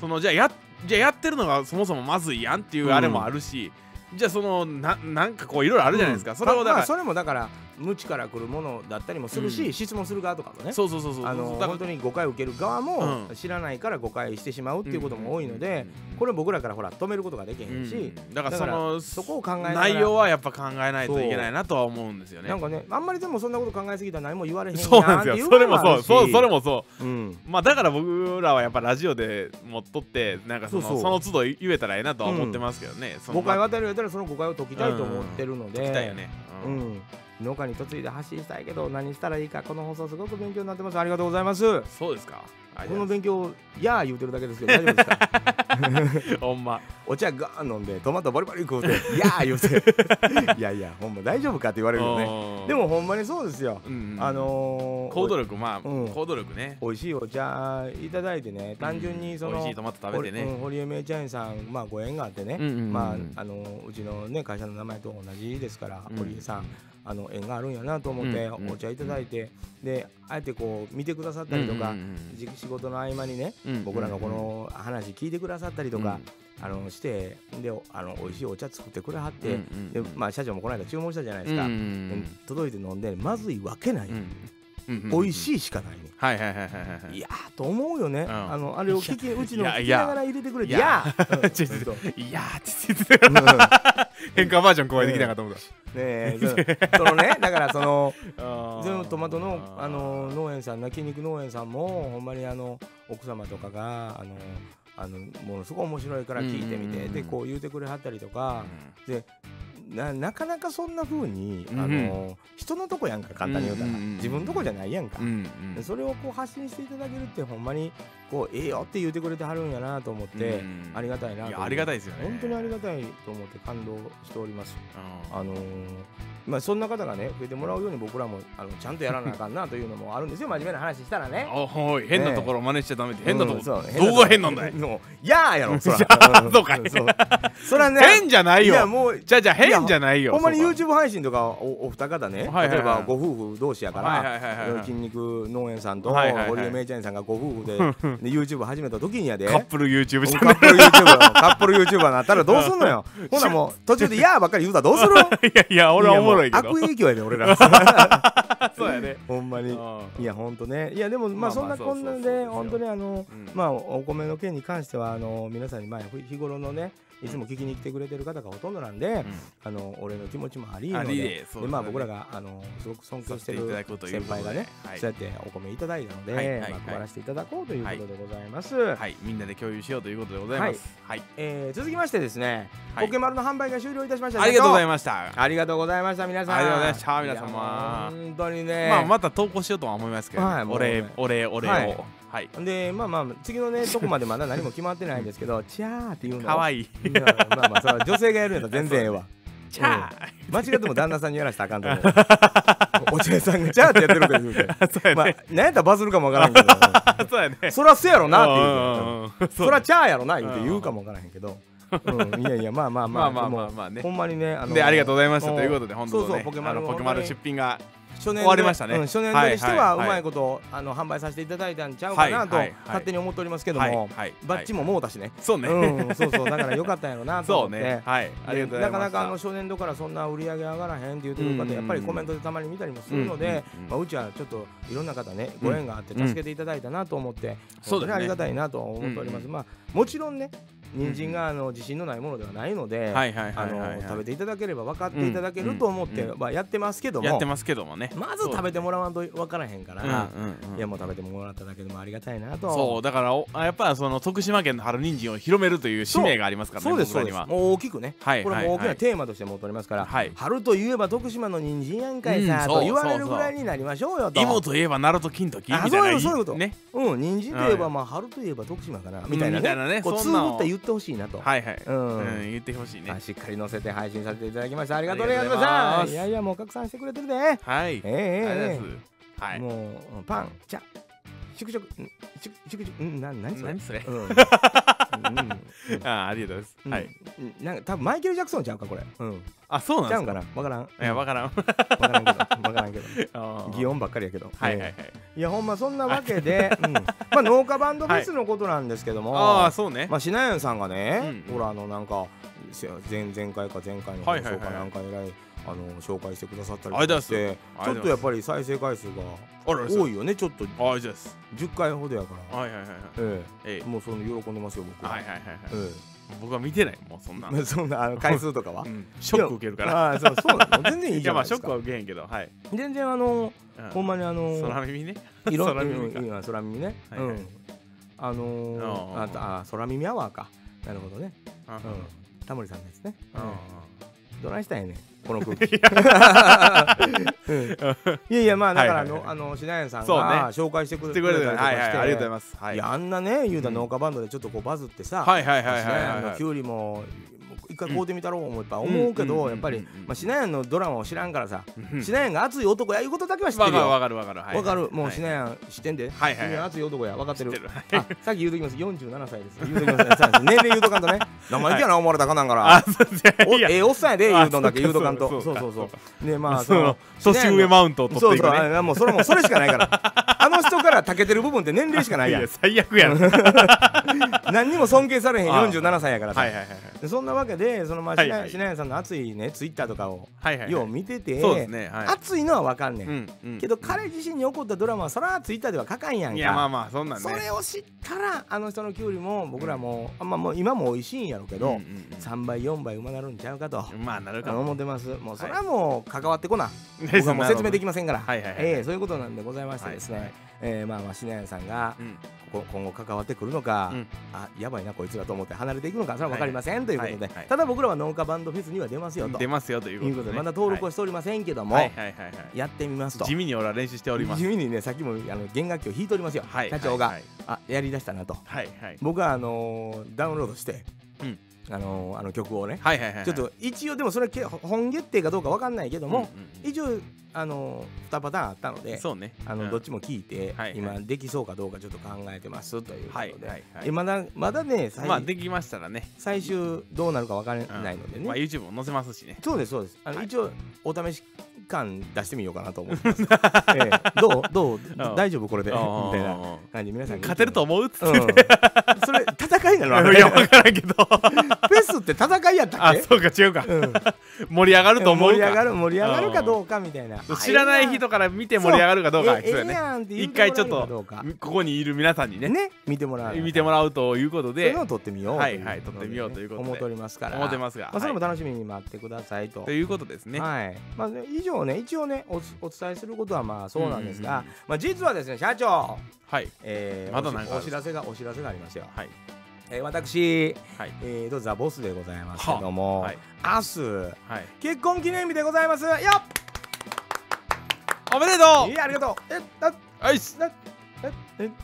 そのじゃあやじゃあやってるのがそもそもまずいやんっていうあれもあるし、じゃあそのななんかこういろいろあるじゃないですか、うんそれをまだあまかあら、それもだから無知から来るものだったりもするし、う質問する側とかもねそうそうそうそうあのだか本当らに誤解を受ける側もうん知らないから誤解してしまうっていうことも多いので、うんこれ僕らからほら止めることができへんし、うんだからそのそこを考えながら内容はやっぱ考えないといけないなとは思うんですよねなんかねあんまりでもそんなこと考えすぎたら何も言われへんやそうなんですよそれもそうそうそれも、もそううん、まあだから僕らはやっぱラジオでもっとってなんかそのそそうそうの都度言えたらええなとは思ってますけどね、その誤解をは与えるやったらその誤解を解きたいと思ってるので、きたいよね、ううんん、農家に嫁いで発信したいけど何したらいいかこの放送すごく勉強になってますありがとうございますそうですかありこのがとうござい勉強やあ言うてるだけですけど大丈夫です かます ほんまお茶ガーン飲んでトマトバリバリ食うてやあ言うて いやいやほんま大丈夫かって言われるよねうんでもほんまにそうですよ、うんあのー、行動力まあ、うん行動力ねお美味しいお茶いただいてね単純にその、美味しいトマト食べてうんね堀江名茶園さん、まあ、ご縁があってね、うんうんうんまあ、あのうちの、ね、会社の名前と同じですから、うん堀江さんあの縁があるんやなと思って、うんうんお茶いただいてであえてこう見てくださったりとか、じ仕事の合間にね僕らのこの話聞いてくださったりとか、あのしてであの美味しいお茶作ってくれはって、でまあ、社長もこの間注文したじゃないですか、うん届いて飲んでまずいわけない、美味いしいしかないね、はいはいはいはいはいいやーと思うよね、んあのあれを聞きうちのいや聞きながら入れてくれていやいやーうんちょちほょんといやーって言ってたから変換バージョン加えてきたんかと思っね えそそのねだからそのた、あー全部トマトのあの農園さんな筋肉農園さんもほんまにあの奥様とかがあのあのものすごい面白いから聞いてみうんうんてうんでこう言うてくれはったりとかうんななかなかそんな風にあうんの人のとこやんか簡単に言うたらうんうんうんうん自分のとこじゃないやんかう。んうん、それをこう発信していただけるってほんまにこうええよって言うてくれてはるんやなと思ってうんありがたいなと思っていやありがたいですよね本当にありがい、たいと思って感動しております。うんあのーまあ、そんな方がね増えてもらうように僕らもあのちゃんとやらなあかんなというのもあるんですよ真面目な話したらね。あおい変なところ真似しちゃダメって変なところ、うんそうどこが変なんだ いもうやーやろ そらんそうかいんそうそらね変じゃないいやよもうじゃあじゃあ変じゃないよほんまにそこは YouTube 配信とかおお二方ね、はいはいはい例えばご夫婦同士やから、はいはいはいはい筋肉農園さんとはいはいはい堀江芽衣ちゃんさんがご夫婦 でで YouTube 始めた時にやでカップル YouTube チカャンネップル YouTuber カップル YouTuber になったらどうすんの よほなもう途中で「やー」ばっかり言うたらどうするのルいやいや 俺はおもろいけどやもう悪影響やで俺 らそうやねほんまうにんいやほんとねいやでもまあそんなまあまあこんなそうそうそうでですよ本当にあのうんまあお米の件に関してはあの皆さんにまあ日日頃のねいつも聞きに来てくれてる方がほとんどなんであの俺の気持ちもありのありででそうでだねまあ僕らがあのすごく尊敬してるさせていただくという先輩がねことではいそうやってお米いただいたのはいはでいはいまあ配らせていただこうということでございますうんはいみんなで共有しようということでございますはい、えー続きましてですねはいポケマルの販売が終了いたしましたありがとうございまましたありがとうございました皆さんありがとうございました皆様いや本当にねまあまた投稿しようとは思いますけど、はいもうお礼お礼お礼をははいい、でまあまあ次のねとこまでまだ何も決まってないんですけ ど「チャー」っていうのかわいいいまあまあそれは女性がやるんやったら全然ええ わチャー間違っても旦那さんにやらしたらあ かんと思うお茶屋さんが「チャー」ってやってるから言うてそうやまあね、何やったらバズるかもわ からんけそうやねどそらせやろなって言うてうんうんうんそらチャーやろな言うて言うかもわからへんけど、うん、いやい やまあまあままああまあでもまあまあねほんまにねあのでありがとうございましたんということで本当ねそうそうポケマルあのポケマル出品が初年終わりましたねうん初年度にしてははいうはいはいまいこと、あの販売させていただいたんちゃうかなと、はいはいはい勝手に思っておりますけども、はいはいバッチもうもうだしね、そうね、うんそうそうだから良かったんやろうなと そ思うって。ねはいありでがとうござないかますなかあの初年度からそんな売り上げ上がらへんって言ってくるうんう方んうんやっぱりコメントでたまに見たりもするのでうんうんうんまあうちはちょっといろんな方ねうんご縁があって助けていただいたなと思ってそう本当だねにありがたいなと思っておりまうんすうまあもちろんねん人参があの自信のないものではないのではいはいあはいはいはのい食べていただければ分かっていただけると思ってうんうんまあやってますけどやっもてますけどもねまず食べてもらわんと分からへんかうんうんらうんいやもう食べてもらっただけでもありがたいなとそうだからおあやっぱその徳島県の春人参を広めるという使命がありますからねそうです僕そらうにですはもう大きくねはいこれははいもう大きはないテーマとして持っておりますからはい春といえば徳島の人参やんかいさ、うんそうと言われるぐらいになりましょうよと。芋といえば奈良と金時みあたいなそういうことそういうことねうん、人参といえば、はまあ春といえば徳島かなみたいなね。みたいなねこうそ通んなんをぶって言ってほしいなと。はいはいうんうん言ってほしいねまあしっかり載せて配信させていただきました。ありがとうあね、りやすがとうみございますさん。いやいや、もう拡散してくれてるで。えはいえありがとうございえますはええ。いもううんパン、茶、しゅくしゅく、んしゅくしゅくしゅく、んな何それ何。それ うんうんあーありがとうございますうんはいうんなんか多分マイケル・ジャクソンちゃうかこれ、うん、あそうなんちでゃすうんかかなわからんいやわ からんわからんけどわから んけど擬音音ばっかりやけどはいえはえいはいいやほんまそんなわけ で、うんまあ農家バンドフェスのことなんですけども、ああそうねまあしなやんさんがね、うんほらあのなんかせ前前回か前回の放はいはいは送いかなんかえらいあの紹介してくださったりありとがかとうしございてますちょっとやっぱり再生回数があら多いよねちょっとあありがとうございます10回ほどやから、はいはいはいはいえええ、もうその喜んでますよ僕えは、はいはいはいはいえ僕は見てないもうそんなえ、 そんなあの回数とかはうんショック受けるからああそうそうなの全然いい いじゃやまなあいシでョすックはか受けへんけどはい全然あのうんほんまにあの空耳ね いろん空耳かうんうん空耳ね、はいはいうんあのー、あーあとあー空耳アワーかなるほどねうんうんうんタモリさんですね、うどないしたんやねんこの空 気 うんん いやいやまあだからあはいはいはいのあのしなやんさんそうねが紹介してく言れったりてくれとてかしてるはいはいありがとうございますはいいやはあんなね言うたうん農家バンドでちょっとこうバズってさいはいまはあいしなやんはのいきゅうりも一回買うてみたろう思うやっぱ思うけうんうんうんうどんやっぱりまあしなやんのドラマを知らんからさうんしなやんが熱い男やいうことだけは知ってわるかるよわかるわかるはいわかるもうしなはやん知ってんではいはいはい君熱い男や分かって知るってるはい あさっき言うときます47歳です言うときますねそうです年齢言うとかんとね生意気やな思われたらあかなんから あそうじゃおいやええおっさんやで言うのだけあ言うとかんとそうかそうそそううかそうねまあそのその年上マウントを取っそてういそうくねあもうそれもそれしかないから あの人からたけてる部分って年齢しかないいやんや最悪やろはい何にも尊敬されへんあ47歳やからさ、はいはいはいでそんなわけでそのまあはしいなはいしなやんさんの熱いねツイッターとかをはいはいよう見てて、そうですねはい熱いのはわかんねん、うんうんけど彼自身に起こったドラマはそらツイッターでは書かんやんかいやまあまあそんなんねそれを知ったらあの人のキュウリも僕らも、あまあもう今も美味しいんやろうけど、うんうんうん3倍4倍馬なるんちゃうかと、まあなるあかの思もってますもうそれはもう関わってこな、 ね僕はもう説明できませんから、はいはいはいええそういうことなんでございましてですね、はいはいええまあまあしなやんさんがうんこ今後関わってくるのか、うんあやばいなこいつらと思って離れていくのかそれは分かりません、ということで、はいはいただ僕らは農家バンドフェスには出ますよと出ますよといういうここととででまだ登録をはしておりませんけども、はいはいはいはいやってみますと地味に俺は練習しております地味にねさっきもあの弦楽器を弾いておりますよ、はい社長が、はいあやりだしたなとはいはい僕はあのーダウンロードして、うんあのーあの曲をね、はいはいはいちょっと一応でもそれけ本決定かどうかわかんないけども、うんうんうん一応あのー、2パターンあったのでそうねあの、うんどっちも聞いて、はいはい今できそうかどうかちょっと考えてますということで、はいはいはいえまだまだね最,、まあできましたらね最終どうなるかわからうんないのでね、まあ YouTube も載せますしねそうですそうですあの、はい一応お試し感出してみようかなと思って ます、ええどうどう大丈夫これでみたいなあー感じ皆さんに勝てると思うっつうっん、てそれ戦いなのあいれや分から んけどフェスって戦いやったっあけそうか違うかうん盛り上がると思う盛り上がかる盛り上がるかどうかみたいな知らない人から見て盛り上がるかどうかえええそうやえねやんって言う一てもらえる回ちょっかどうとかここにいる皆さんにねね見てもらう見てもらうというこそとういでうのを撮ってみようはいとうはい撮ってみようということで思っておりますから思ってますがまあそれもはい楽しみに待ってくださいとということですねははいまあね以上ね一応ねおつお伝えすることはまあそうなんですうがんうんうんまあ実はですね社長いえーまだなんかあおる知お知らせがお知らせがありますよはいえー私はいえーとザボスでございますけどもはい明日はい結婚記念日でございますよっおめでといやありがとうえあうよし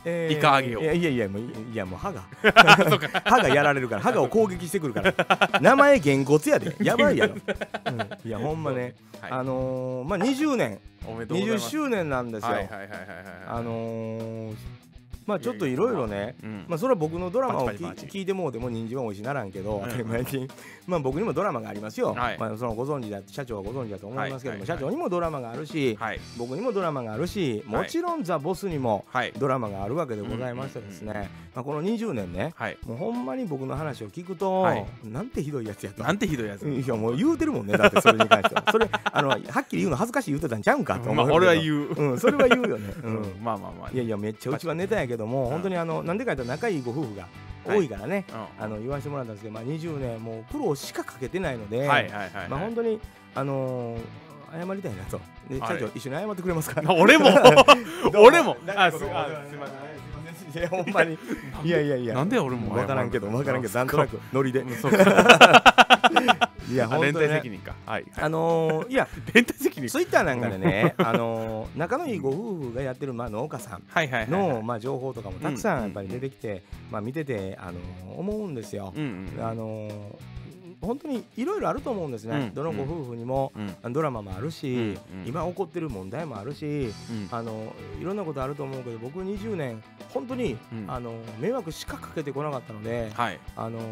ええイカあげよういやいやいやもういいやもう歯 が 歯がやられるから歯がを攻撃してくるから名前げんこつや でやばいやろ、うんいやほんまね、はいあのー、まあ20年おめでとうござ20います周年なんですよ、はいはいはいはいはいはいあのー、まあちょっといろいろねうんまあそれは僕のドラマをパチきパチパチ聞いてもうでも人参は美味しいならんけどん当たり前にまあ僕にもドラマがありますよはいまあそのご存知だ社長はご存知だと思いますけどもはいは社いは長いにもドラマがあるしはい僕にもドラマがあるしはいもちろんザ・ボスにもはいドラマがあるわけでございましてですうんうんうんねまあこの20年ねはいもうほんまに僕の話を聞くとはいなんてひどいやつやとなんてひどいやついやもう言うてるもんねだってそれに関して はそれあのはっきり言うの恥ずかしい言うてたんちゃうんかとま思あう、俺は言うう、うん、それは言う よね、うん、まあまあまあいやいやめっちゃうちはネタやけども、ん本当にあのなんでか言ったら仲いいご夫婦がはい多いからね、うあの言わせてもらったんですけど、まあ、20年もう苦労しかかけてないので、んはいはいはいまあはい本当にあのー謝りたいなとではい社長一緒に謝ってくれますかまあら俺も俺もああすすああすすいいまませんせんいやほんまにいやいやいやなんで俺も謝る分からんけど分からんけどなんとなくノリでそうかいやあ本連当に帯ね責任かはいはいあのーいや連帯責任ツイッターなんかで ね、あのー仲のいいご夫婦がやってる、まあ、農家さんはいはいはいはいの、まあ、情報とかもたくさんやっぱり出てきて、まあ、見てて、あのー思うんですよう。んうんあのー本当にいろいろあると思うんですね、うんどのご夫婦にも、うんドラマもあるし、うんうん今起こってる問題もあるし、うんあのーいろんなことあると思うけど僕20年本当に、うんあのー迷惑しかかけてこなかったので、はいあのー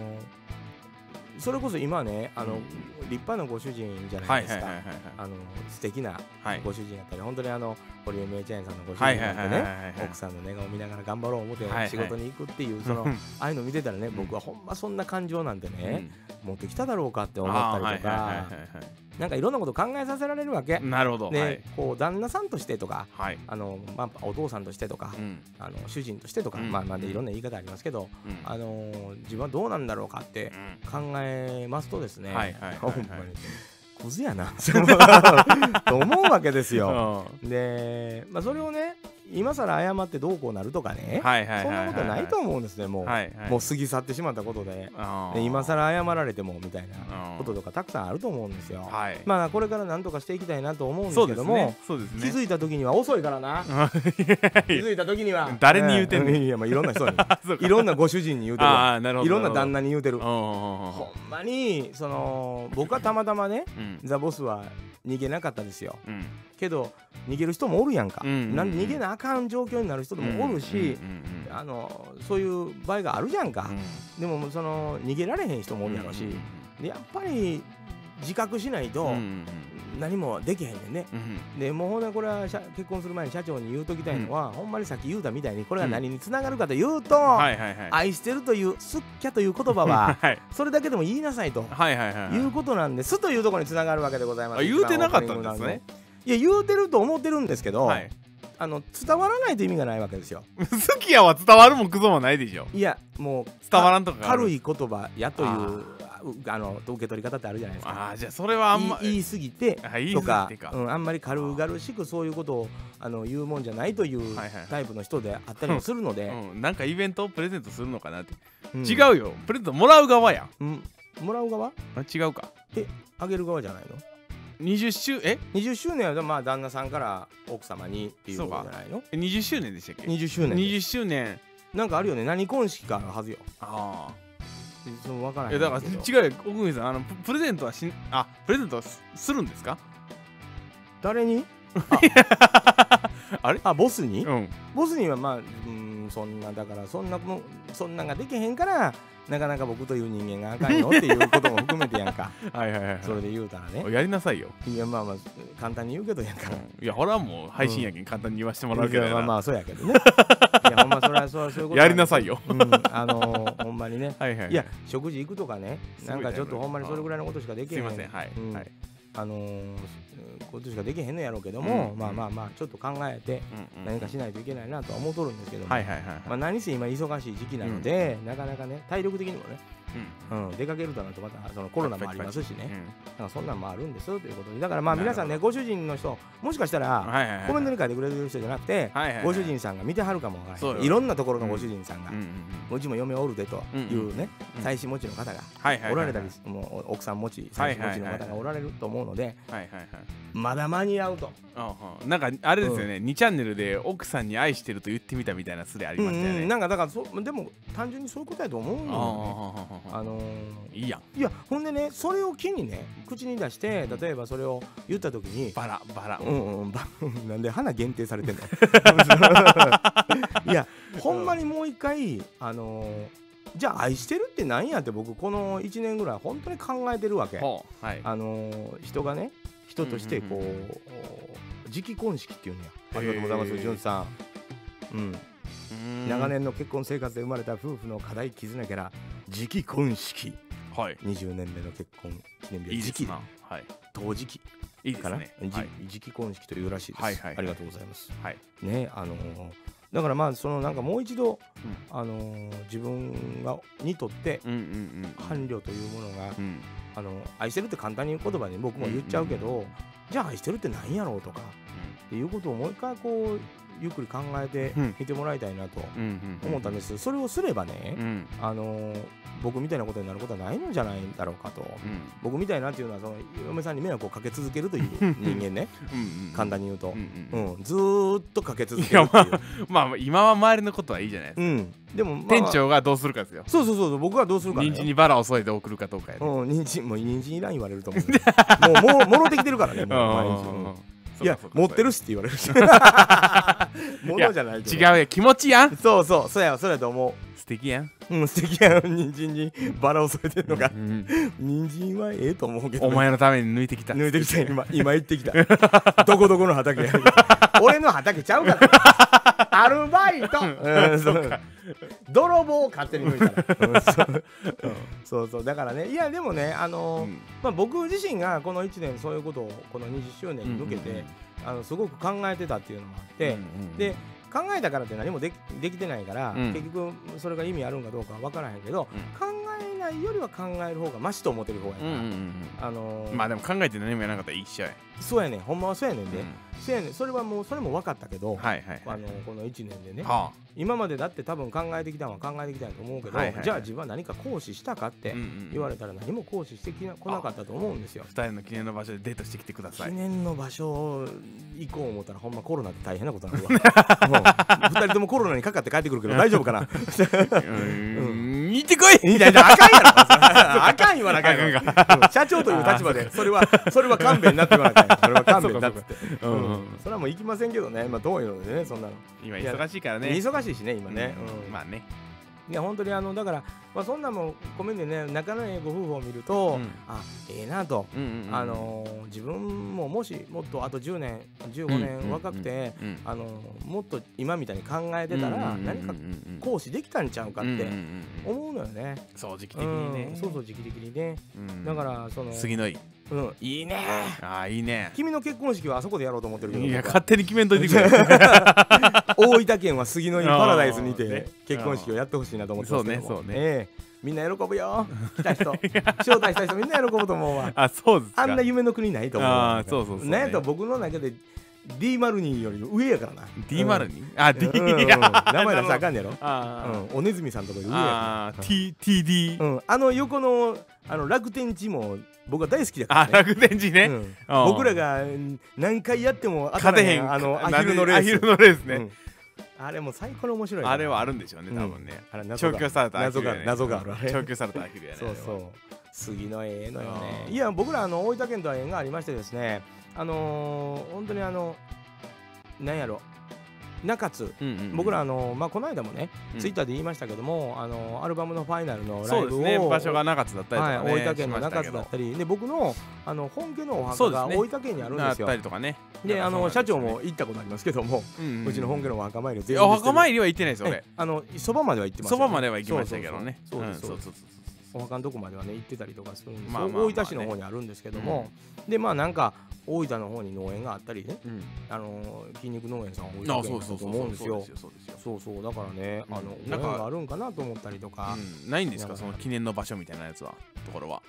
それこそ今ねあの、うん立派なご主人じゃなはいいではいすはいか。はいあの素敵なはいご主人やったり、本当にあの堀江名チェーンさんのご主はい人はいやっはいてはいねはい奥さんの寝顔見ながら頑張ろう思ってはいはい仕事に行くっていうその、うんああいうの見てたらねん僕はほんまそんな感情なんてね、持ってきただろうかって思あーったはりいとはいはいかなんかいろんなこと考えさせられるわけはい。なるほどはでいこう旦那さんとしてとかはいあの、まあ、お父さんとしてとかう、んあの主人としてとか、うんまあ、まあでいろんな言い方ありますけど、うんあの自分はどうなんだろうかってうん考えますとですね、はいはいはいほんはいまにクズや なと思うわけですよ。で、まあ、それをね今更謝ってどうこうなるとかね、はいはいはいそんはいなことないと思うんですねもう、はいはいもう過ぎ去ってしまったことであーで今更謝られてもみたいなうんこととかたくさんあると思うんですよ。はいまあこれから何とかしていきたいなと思うんですそうけですども、ねそうですね気づいた時には遅いからな 気づいた時には誰に言うてんねんねいやまあいろんな人にそうかいろんなご主人に言うてるわああなるほいどろんな旦那那に言うてるほうんんまにその僕はたまたまねうんザ・ボスは逃げなかったですようんうんけど逃げる人もおるやんか、うんうんうんなん逃げなあかん状況になる人でもおるし、うんうんあのそういう場合があるじゃんかうん、でもその逃げられへん人もおるやろし、うんうんでやっぱり自覚しないとうんうん何もできへんねんね、うんうんでもうほんでこれは社結婚する前に社長に言うときたいのは、ほんまにさっき言うたみたいにこれが何につながるかというと、はいはいはい愛してるというすっきゃという言葉ははいそれだけでも言いなさいとはいはいはいいうことなんですというところにつながるわけでございますあ言うてなかったんで一番オーすねプニングのいや言うてると思ってるんですけど、はい あの伝わらないと意味がないわけですよ好きやは伝わるもクソもないでしょいやもう伝わらんとかがある軽い言葉やというあうあの受け取り方ってあるじゃないですかああじゃあそれはあんま言い言い過ぎてあいいとかかかうん、あんまり軽々しくそういうことをあの言うもんじゃないというはいはいタイプの人であったりもするので、うん、なんかイベントをプレゼントするのかなって、うん違うよプレゼントもらう側やんうん、もらう側あ違うかあげる側じゃないの20周え20周年はまあ旦那さんから奥様にっていうことじゃないの20周年でしたっけ20周年20周年なんかあるよね何婚式かのはずよあその分からなあいやだからい違うよ奥国さんあのププレゼントはしんあプレゼントはすするんですか誰にあれ あボスに、うんボスにはまあうんそんなだからそんなもんそんなんができへんからなかなか僕という人間があかんよっていうことも含めてやん かはいはいはいそれで言うたらねおやりなさいよ、いやまあまあ簡単に言うけどやんかうんいやほらもう配信やけん簡単に言わせてもらうけどいややなまあまあそうやけどね いやほんまそれはそれはそういうことやりなさいいようんあのーほんまにね はいはいいや食事行くとかねすごいなんかちょっとほんまにそれぐらいのことしかできすへいんませんはい、うんはいあのーことしかできへんのやろうけども、うんまあまあまあちょっと考えてうんうん何かしないといけないなとは思うとるんですけども、はいはいはいはい、まあ、何せ今忙しい時期なので、なかなかね体力的にもね、うん、出かけるとなるとまたそのコロナもありますしうんねなんかそんなんもあるんですよということでだからまあなる皆ほどさんねご主人の人もしかしたうんらはいはいはいコメントに書いてくれてる人じゃなくて、はいはいはいご主人さんが見てはるかもわからそうなよいいろんなところのご主人さんが、ううんうんちも嫁おるでというねうんうん妻子持ちの方がはいはいはいおられたりもう奥さん持ち妻子持ちの方がおられると思うのでうんはいはいはいまだ間に合うとああなんかあれですよね、2チャンネルで奥さんに愛してると言ってみたみたいなスレありうましたよんね、うん、なんかだからそでも単純にそういうことやと思うのあよねああのーいいやんいやほんでねそれを機にね口に出して例えばそれを言った時にバラバラ、 うんうんばなんで花限定されてんの いやほんまにもう一回あのーじゃあ愛してるって何やって僕この1年ぐらい本当に考えてるわけ。ほうはいあのー人がね人としてこう,、うんうんう時期婚式っていうんやへーありがとうございます潤さん、うんうん長年の結婚生活で生まれた夫婦の課題絆から時期婚式はい20年目の結婚記念日いいはで時す期なはい当時期いいですかなねはいじ時期婚式というらしいです、はいはいはいありがとうございますはいねあのーだからまあそのなんかもう一度、うんあのー自分がにとってうんうんうん伴侶というものが、うんあの愛してるって簡単に言う言葉に僕も言っちゃうけど、じゃあ愛してるって何やろうとかっていうことをもう一回こうゆっくり考えてうん見てもらいたいなとうんうんうん思ったんです、それをすればねう、んあのー僕みたいなことになることはないんじゃないだろうかとうん僕みたいなっていうのはその嫁さんに迷惑をかけ続けるという 人間ねうんうん簡単に言うとう、んううんんずーっとかけ続けるっていういやまあまあ今は周りのことはいいじゃないですかうん、でも、まあ店長がどうするかですよそうそうそうそう僕はどうするかね人参にバラを添えて送るかどうかやねうん、人参もう人参いらん言われると思うね、もうもろもろてきてるから ねもう毎日、うんいや持ってるししって言われるし ものじゃないけ違うど違うや気持ちやんそうそうそうやわそうやと思素敵やんううん素敵やん人参にバラを添えてるのがうんうん人参はええと思うけどお前のために抜いてきた抜いてきた今今行ってきたどこどこの畑 や俺の畑ちゃうからアルバイト、うん、そう泥棒を勝手に抜いたら、うんそうそうそうだからねいやでもねあのーうんまあ、僕自身がこの1年そういうことをこの20周年に向けて、うんうんうんあのすごく考えてたっていうのもあって、うんうんで考えたからって何もできできてないから、うん結局それが意味あるんかどうかは分からへんけど、うん考えないよりは考える方がマシと思ってる方がいいうんうな、んあのうーんまあでも考えて何もやらなかったら一緒やそうやねんほんまはそうやねんで、うんそうやねんそれはもうそれも分かったけど、はいはいあはいのこの1年でねは今までだって多分考えてきたのは考えてきたんやと思うけど、はいはいはいじゃあ自分は何か行使したかっあてうんうん言われたら何も行使してきな来なかったと思うんですよ二。人の記念の場所でデートしてきてくださ記い念の場所行こう思ったらほんまコロナって大変なことに なるわもう2人ともコロナにかかって帰ってくるけど大丈夫かなうーん行ってこいいやいやあかんやろそれあ かん言わなあかんやろあかうん社長という立場でそれはそれは勘弁なって言わなあかんやろそれは勘弁 なっつってううんうんんそれはもう行きませんけどねまあどういうのでねそんなの今忙しいからね忙しいしね今ねうんまあねいや本当にあのだからまあそんなんも込みでね仲のいいご夫婦を見るとうんあええなとうんうんうんあのー自分ももしもっとあと10年15年若くてうんうんあのもっと今みたいに考えてたら何か行使できたんちゃうかっうんうんてうんうん思うのよね。そう時期う的にねんそうそう時期的にね。うんだからその杉の井うんいいね。ああいいね君の結婚式はあそこでやろうと思ってるけど。いや僕は勝手に決めんといてくれ大分県は杉の湯パラダイスにあーねて結婚式をやってほしいなと思ってますけどもそうねそうねええみんな喜ぶよ来た 人招待した人みんな喜ぶと思うわ あそうですかあんな夢の国ないと思うあーそうそうそうねなんやったら僕の中で D マルニーより上やからな D マルニに あ D うんうんうん名前出したらあかんねやろあうんおねずみさんとかより上やかあ TTD らうんあの横のあの楽天地も僕は大好きだからあね楽天寺うねんあー僕らがうん何回やっても当た勝らてへへんんあのアヒルのレアヒールスのレースうねんあれも最高に面白いなあれはあるんでしょうねうん多分ねあれ謎調が教されたアヒ謎ルやがね謎があるあれ調教されたアヒルやね そうそう杉のええのよあねーいや僕らあの大分県とは縁がありましてですねあのー、本当にあのなんやろ中津うんうんうん僕らあのまあこの間もね、うんツイッターで言いましたけどもあのアルバムのファイナルのライそうでブすを、ね場所が中津だったりとはいかね大分県の中津だしまっしたりで僕のあの本家のお墓そうでがすね大分県にあるけんどなですっよたりとかねであの社長も行ったことありますけども、うちの本家のお墓参りを全員お墓参りりは行ってないです俺あのそばまでは行ってますそばまでは行きましたけどねそうそうそうそうですそんうお墓のとこまではね行ってたりとかするんですまあまあまあ大分市の方にあるんですけども、でまあなんか大分の方に農園があったりね、うんあの筋肉農園さん大あ分県だそうそとうそう思うんですよそうですよそうそうだからねあのうんななんんかかがあるんかなと思ったりとか、うんないんですうかんその記念の場所みたいなやつはところは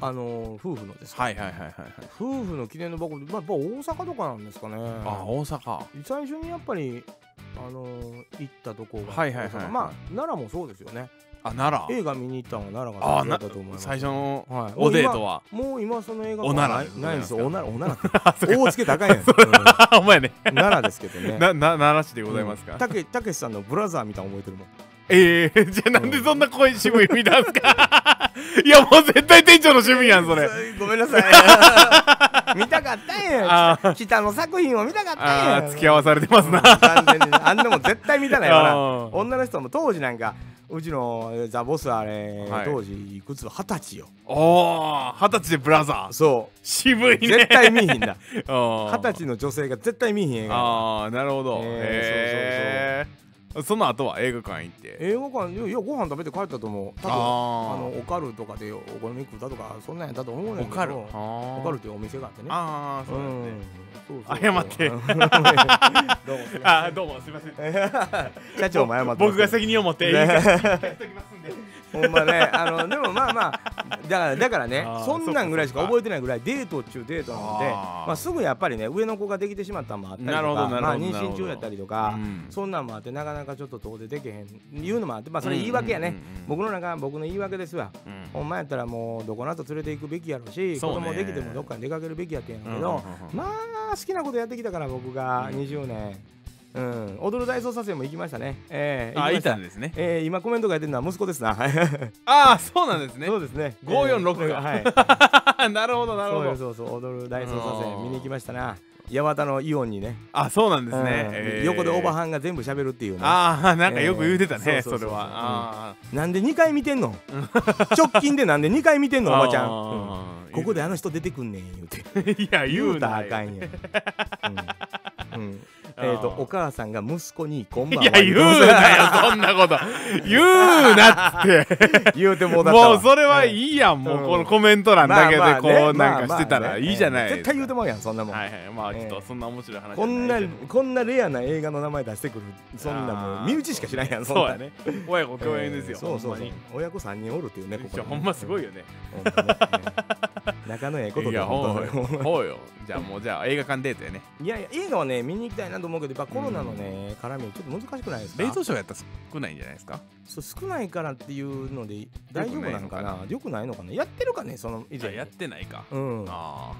あの夫婦のですかはいはいはいはいはい夫婦の記念の箱で、まあ、やっぱ大阪とかなんですかねあ大阪最初にやっぱりあのー行ったとこが、はいはいはい大阪まあ奈良もそうですよねあ奈良映画見に行ったのが奈良があー最初だったと思います最初のはい、おデートはもう今もう今その映画お奈は良ないないんですよでおごならおならおをつけたらあかんやん、うん あお前ね奈良ですけどね なな奈良市でございますうかんたけたけしさんのブラザーみたいな覚えてる もんええじゃあなんでそんな濃い趣味見 たんすかいやもう絶対店長の趣味やんそれごめんなさい 見たかったんあや北北の作品を見たかったあんーや付き合わされてますな完全にあんなもん絶対見たないわ あなー女の人も当時なんかうちのザ・ボスあれ、はい当時いくつ二十歳よおー二十歳でブラザーそ渋いうね絶対見ひん だ二二十歳の女性が絶対見ひん映画ああなるほどえへえその後は映画館行って映画館いやいやご飯食べて帰ったと思う多分ああのーオカルとかでお好み食ったとかそんなんやったと思うねんけオどカルオカルっていうお店があってねあーうそうなんですんねそう 謝ってどうも すいまあーどうもすいませんせん社長も謝ってます僕が責任を持って言い返 しときますんでほんまねあのでもまあまあだからだからねあーそんなんぐらいしかそっかそ覚っかえてないぐらいデートっちゅうデートなのであーまあ、すぐやっぱりね上の子ができてしまったのもあったりとなかるほどなるほどまあ、妊なる娠ほど中やったりとか、うんそんなんもあってなかなかちょっと遠出できへんいうのもあってまあそれ言い訳やね、うんうんうんうん僕の中僕の言い訳ですわ。うんほんまやったらもうどこの後連れて行くべきやろし、そう子ね供できてもどっかに出かけるべきやってんやけど、うんうんうんまあ好きなことやってきたから僕が20年、うん、踊る大捜査線も行きましたねええあ行きいましたんですねえー、今コメントがやってるのは息子です な。はいああそうなんですねそうですね。 546が。が はい。なるほどなるそうほよどそうそう。踊る大捜査う線ん見に行きましたな。八幡のイオンにね。あそうなんですうねんえー横でオバハンが全部喋るっていうね。ああなんかよく言うてたえねーそうそそうそれうそうはあなんで2回見てんの直近でなんで2回見てんーのおばちゃん。うんあーここであの人出てくんねん言うて。いや言言ううたたららああかかんんやん。うんうんあえーっと、お母さんが息子にこんばんいは。や言うなよそん なこと言うなっつって言うてもうだったわもうそれはいいやん、もうこのコメント欄だけでこうなんかしてたらいいじゃない絶対言うてもうやんそんなもん、はいはいまあちょっとそんな面白い話こんじゃないけどこんなレアな映画の名前出してくるそんなもあーう身内しか知らんやんそんそうなやね親子共演ですよ、えーそうそうそほんまうに親子三人おるっていうねこいこやほんますごいよよね仲のええこと いでやほ本う当よにほうよじゃあもうじゃあ映画館デートやねいやいや映画はね見に行きたいなと思うけどやっぱコロナのね絡みちょっと難しくないですか冷凍食やったら少ないんじゃないですかそう少ないからっていうので大丈夫なのかなよくないのかなやってるかねその以じゃあ前やってないか、うんあ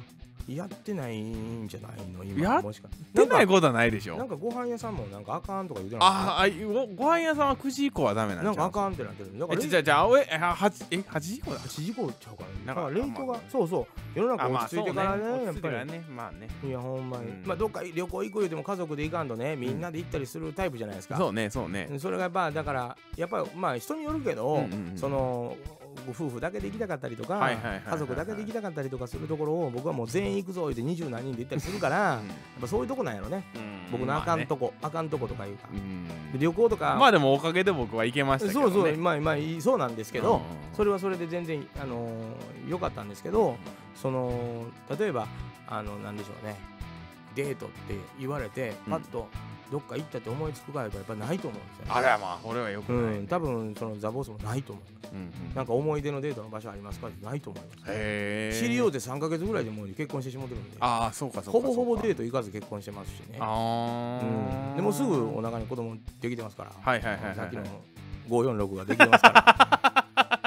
やってないんじゃないの今やっもしかあ出ないんかことはないでしなんょかご飯屋さんもなんかあかんとか言うてなかったあーあいごご飯屋さんは9時以降はダメなんちなゃうんかあかんってなってる。だからえじゃあじゃあおえあ8え8時以降だ8時以降ちゃうからね。だなんかから冷凍あがまあそうそう世のあ中まあ落ち着そういねてからねや落っち着いてぱからり。ねまあねいやほんまにうんまあどっか旅行行くよでも家族で行かんとねみんなで行ったりするタイプじゃないですか。そうねそうねそれがまあだからやっぱりまあ人によるけうんどうんうんそのご夫婦だけで行きたかったりとかはいはいはいはい家族だけで行きたかったりとかするところを僕はもう全員行くぞ言うて二十何人で行ったりするからやっぱそういうとこなんやろね。うん僕のあかんとこあかんとことかいうかうん旅行とかまあでもおかげで僕は行けましたけどそねうそうまあまあいいそうなんですけど。うんそれはそれで全然あのー良かったんですけどその例えばあのなんでしょうねデートって言われてうんパッとどっか行ったって思いつくかやっぱないと思うんですよ、あらまあこれはよくうないねん、多分そのザボスもないと思いますうんうんなんか思い出のデートの場所ありますかってないと思いますへえ知り合うて3か月ぐらいでもう結婚してしまってるんでああそうかそうかほぼほぼデートト行かず結婚してますしね、あうあん、でもすぐお腹に子供できてますから、はいはいはいはいはいさっきの546ができてますから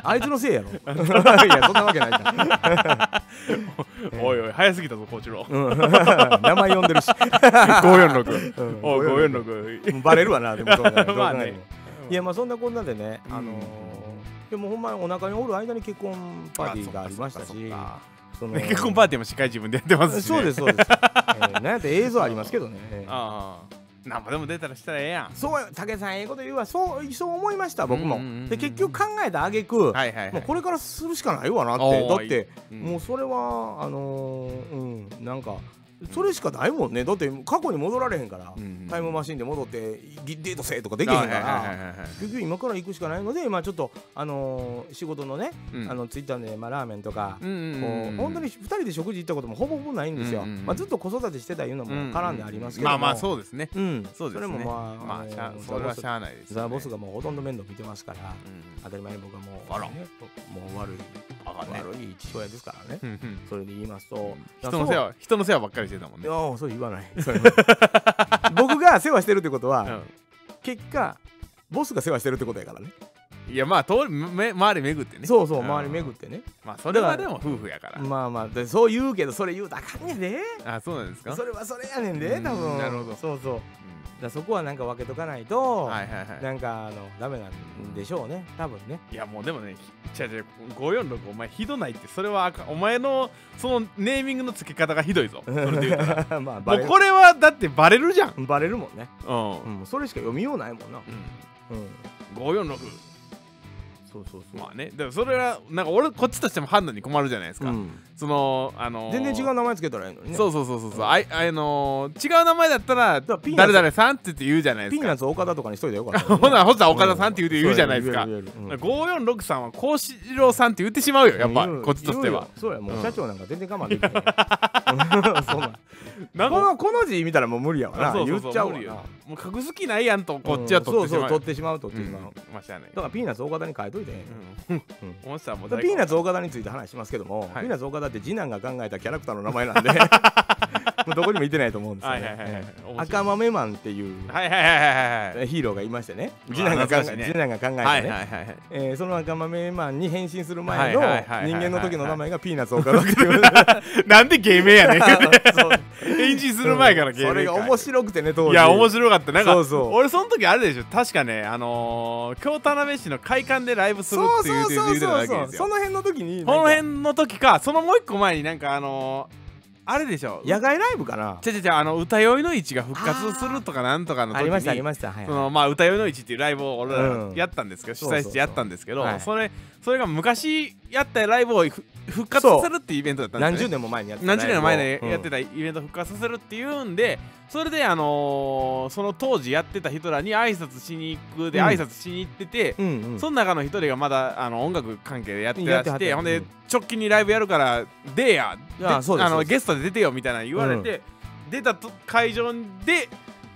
あいつのせいやろいやそんなわけないじゃん おいおい早すぎたぞこちろうん 名前呼んで るし、 546うんおい 546バレるわなでもそうだ まあねいやまあそんなこんなでね、あのうんーでもほんまにお腹におる間に結婚パーティーがありましたしそのね結婚パーティーも司会自分でやってますしそうですすそうです、えー、なんやったら映像ありますけどね、えーああなんぼでも出たらしたらええやんそうや武さんええこと言うわそうそう思いました僕も、うんうんうんうんで結局考えた挙句、はいはいはもういこれからするしかないわなっあてーだってうんもうそれはあのーうんなんかそれしかないもんねだって過去に戻られへんから、うんうんタイムマシンで戻ってデートせえとかできへんかはいはいらはいはいはい結局今から行くしかないのでまあちょっとあのー仕事のね、うんあのツイッターで、まあ、ラーメンとか、うんうんうんこう本当に2人で食事行ったこともほぼほぼないんですよ、うんうんうんまあ、ずっと子育てしてたいうのも絡んでありますけどまも、あまあう、そうですねん、そうですねれもまあ、まあしゃあのそれはしザゃあないですよねザボスがもうほとんど面倒見てますからうん当たり前に僕はもうあらねもう悪いあかんね悪い父親ですからねう。んうんそれで言いますと、 人の世話人の世話ばっかりしてたもんいねやそうそう言わない。 それは 僕が世話してるってことは、結果ボスが世話してるってことやからね。うんいやまあ通りめ周り巡ってねそうそううん周り巡ってね。まあそれはだかでらも夫婦やからまあまあでそう言うけどそれ言うたらあかんねんで。あそうなんですかそれはそれやねんでうん多分。なるほどそうそう。だかうらそこはなんか分けとかないと、んはいはいはいなんかあのダメなんでしょうね多分ね。いやもうでもねき違う違う546お前ひどないってそれはあかんお前のそのネーミングの付け方がひどいぞそれで 言うたらまあもバうレこれはだってバレるじゃんるバレるもんね、うん、ううん、それしか読みようないもんな、ん、うん、 546そうそうそう、まあねでもそれはなんか俺こっちとしても判断に困るじゃないですか、うんそのあのー全然違う名前つけたらいいのにねそうそうそうそうそう、あいあのー違う名前だったらからピーナッツ誰々さんって言って言うじゃないでピすーナかッツ岡田とかにしといたらよかったほなほ さ岡田さんって言うて言うじゃないですか、そうや言える言えるうん546さんは幸四郎さんって言ってしまうよやっぱうんこっちとして言はうよそうやもう社長なんか全然我慢 できないそうなんなんこかのこの字見たらもう無理やわなそうそう言そっちゃうわ無理よなもう隠す気ないやんとこっちは取ってしうんそうそまううよ取ってしまう取ってしまう、うんだまあしゃあないからピーナッツ岡田に変えといてね、うんうん思ってたらもうだから大ピー根ナッツ岡田について話しますけども、はいピーナッツ岡田って次男が考えたキャラクターの名前 なんでもうどこにもいてないと思うんですよはね、いはいはいはい面白い赤豆マンっていうはいはいはいはいはいヒーローがいましてねうん次男が考えあ懐かしいね次男が考えたね、はいはいはいはいえーその赤豆マンに変身する前の人はいはいはいはいはい間の時の名前がピーナッツ岡田っていうなんで芸名や ねんそう返事する前から芸名かそれが面白くてね当時いや面白かったなんかそうそう俺その時あれでしょ確かねあのー京田辺市の会館でライブするそうっていそううそう言うてたそだうけそでうすそよの辺の時にこのなんか辺の時かそのもう一個前になんかあのーあれでしょ野外ライブかなちゃちゃちゃあの歌酔いの市が復活するとかなんとかの時にありましたありましたはいそのまあ歌酔いの市っていうライブを俺らうんやったんですけど、そうそう主催してやったんですけど、はいそれそれが昔やったライブをふ復活そさうせるっていうイベントだったん何です十よ、ね。年も前にやってた何十年も前にやったてたイベントを復活させるっていうんで、それであのーその当時やってた人らに挨拶しに行くでうん挨拶しに行ってて、うんうんうんその中の一人がまだあの音楽関係でやってやらっしてはてったほんで、うん直近にライブやるから出やであそうですそうのですゲストで出てよみたいなの言われて、出たと会場で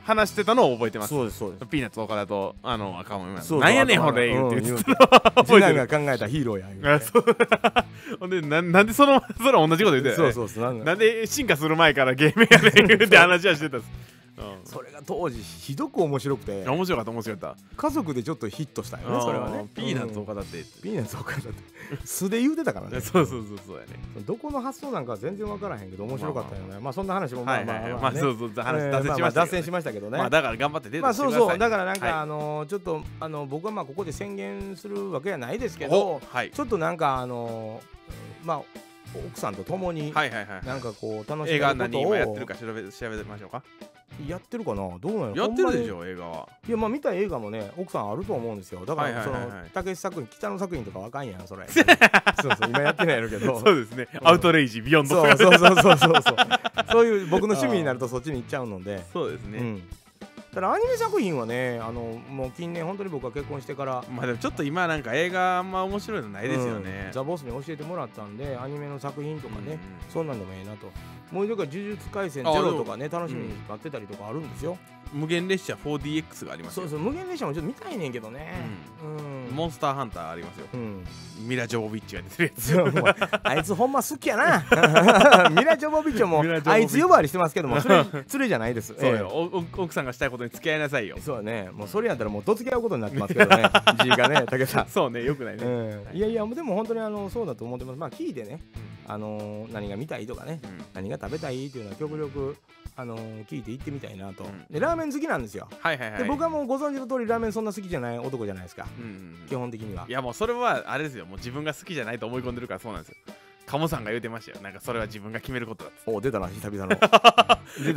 話してたのを覚えてますそうですそうですピーナッツ岡田とあの赤も今そうなんやねん頭ほがれ言うてうん言って次 覚え男てるが考えたヒーローや言うて あそう ほんでななんでそのそれ同じこと言ってたよねそうそうそうなんかなんで進化する前からゲームやねん言うて話はしてたっす、うそれが当時ひどく面白くてん、 面白かった面白かった家族でちょっとヒットしたよねそれはうねんピーナッツうん岡田ってピーナッツ岡田って素で言うてたからねそうそうそうそうやねどこの発想なんか全然分からへんけど面白かったよねまあそんな話もまはあいまはあいはいままああねそうそうえ話ー脱線しままあした脱け線どしましたけどねまあだから頑張ってデーまトあしてそうくださいそうだからなんか、はあのーちょっとあの僕はまあここで宣言するわけじゃないですいけどはいちょっとなんかあのーまあ奥さんと共にはいはいはいなんかこう楽しめ映画はるこ何と今をやってるか調べ調べましょうかやってるかなどうなのやってるでしょょ映画はいやまあ見た映画もね奥さんあると思うんですよだかはいらはいそはいはいのたけし作品北の作品とかわかんやん それそうそう今やってないのけどそうですねアウトレイジビヨンドそうそうそうそうそうそうそういう僕の趣味になるとそっちに行っちゃうのでそうですうねんただアニメ作品はねあのもう近年本当に僕が結婚してからまあでもちょっと今なんか映画あんま面白いのないですようねんザ・ボスに教えてもらったんでアニメの作品とかね、うんうんそんなんでもええなともうだから呪術廻戦あゼロとかね楽しみに買ってたりとかあるんですよ、無限列車 4DX がありますそようそう無限列車もちょっと見たいねんけどねうん、モンスターハンターありますようん、ミラ・ジョービッチが出てるやつそうもうあいつほんま好きやな ミラ・ジョボビッチョもミラジョボビッチあいつ呼ばわりしてますけどもそ れそれじゃないですそうよ、おお奥さんがしたいことに付き合いなさいよええ。そうねもうそれやったらもうどつき合うことになってますけ どね G がね武さんそうね、よくないね。ええいやいやでも本当にあのそうだと思ってますまあ聞いてね、あのー何が見たいとかねうん何が食べたいっていうのは極力、あのー聞いて行ってみたいなと、うんでラーメン好きなんですよ、はいはいはい。で僕はもうご存知の通りラーメンそんな好きじゃない男じゃないですか、うんうん基本的にはいやもうそれはあれですよ、もう自分が好きじゃないと思い込んでるからそうなんですよ。カモさんが言うてましたよ、なんかそれは自分が決めることだっつって。お出たな久 々の出た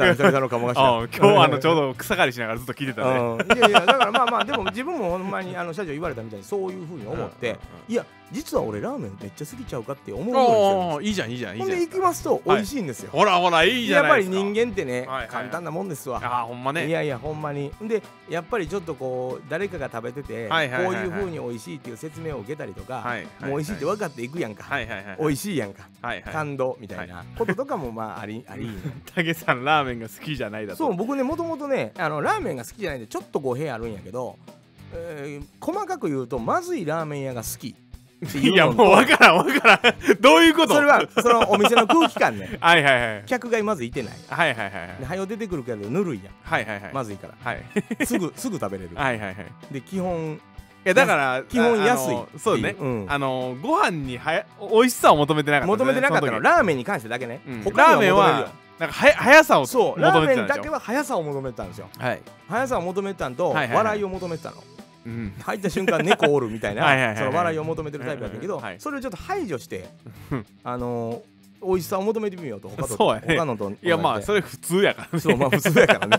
な久々の鴨頭ああ今日はあのちょうど草刈りしながらずっと聞いてたね。うんいやいやだからまあまあでも自分もほんまにあの社長言われたみたいにそういうふうに思って、うんうんういや実は俺ラーメンめっちゃ好きちゃうかって思うおようおいいじゃんいいじゃんにいしいてじるゃんでんすよほんで行きますと美味しいんですよ、ほらほらいいじゃやっぱないでりすか人間ってね、はいはい簡単なもんですわ、ああほんまねいやいやほんまにでやっぱりちょっとこう誰かが食べてて、はいはいはいはいこういうふうに美味しいっていう説明を受けたりとか、はいはいはいもう美味しいって分かっていくやんか、はいはいはい美味しいやんか、はいはい感動みたいなこととかもまああり、 ありたけさんラーメンが好きじゃないだとそう僕ねもともとねあのラーメンが好きじゃないんでちょっと語弊あるんやけど、えー細かく言うとまずいラーメン屋が好きっていうのといやもう分からん分からんどういうことそれはそのお店の空気感ね はいはいはい客がまずいてないはいはいはいはいではよ出てくるけどぬるいやんはいはいはいまずいからはいす ぐすぐ食べれるはいはいはい。いで基本やだから基本あ安いあのそうね。うんあのご飯にはや美味しさを求めてなかったん求だね。めてなかったのそ時ラーメンに関してだけね、うん他にラー求めるメンよはなんかはや速さをそうラ求ーめてメたンだんでしけょ。は速さを求めてたんですよはい。速さを求めてたんと、はいはいはい笑いを求めてたのうん入った瞬間猫おるみたいなはいはいはいはいその笑いを求めてるタイプやったけど、はいそれをちょっと排除してうんあのー、美味しさを求めてみようと他とそうやね他のと同じいでやまあそれ普通やからねそうまあ普通やからね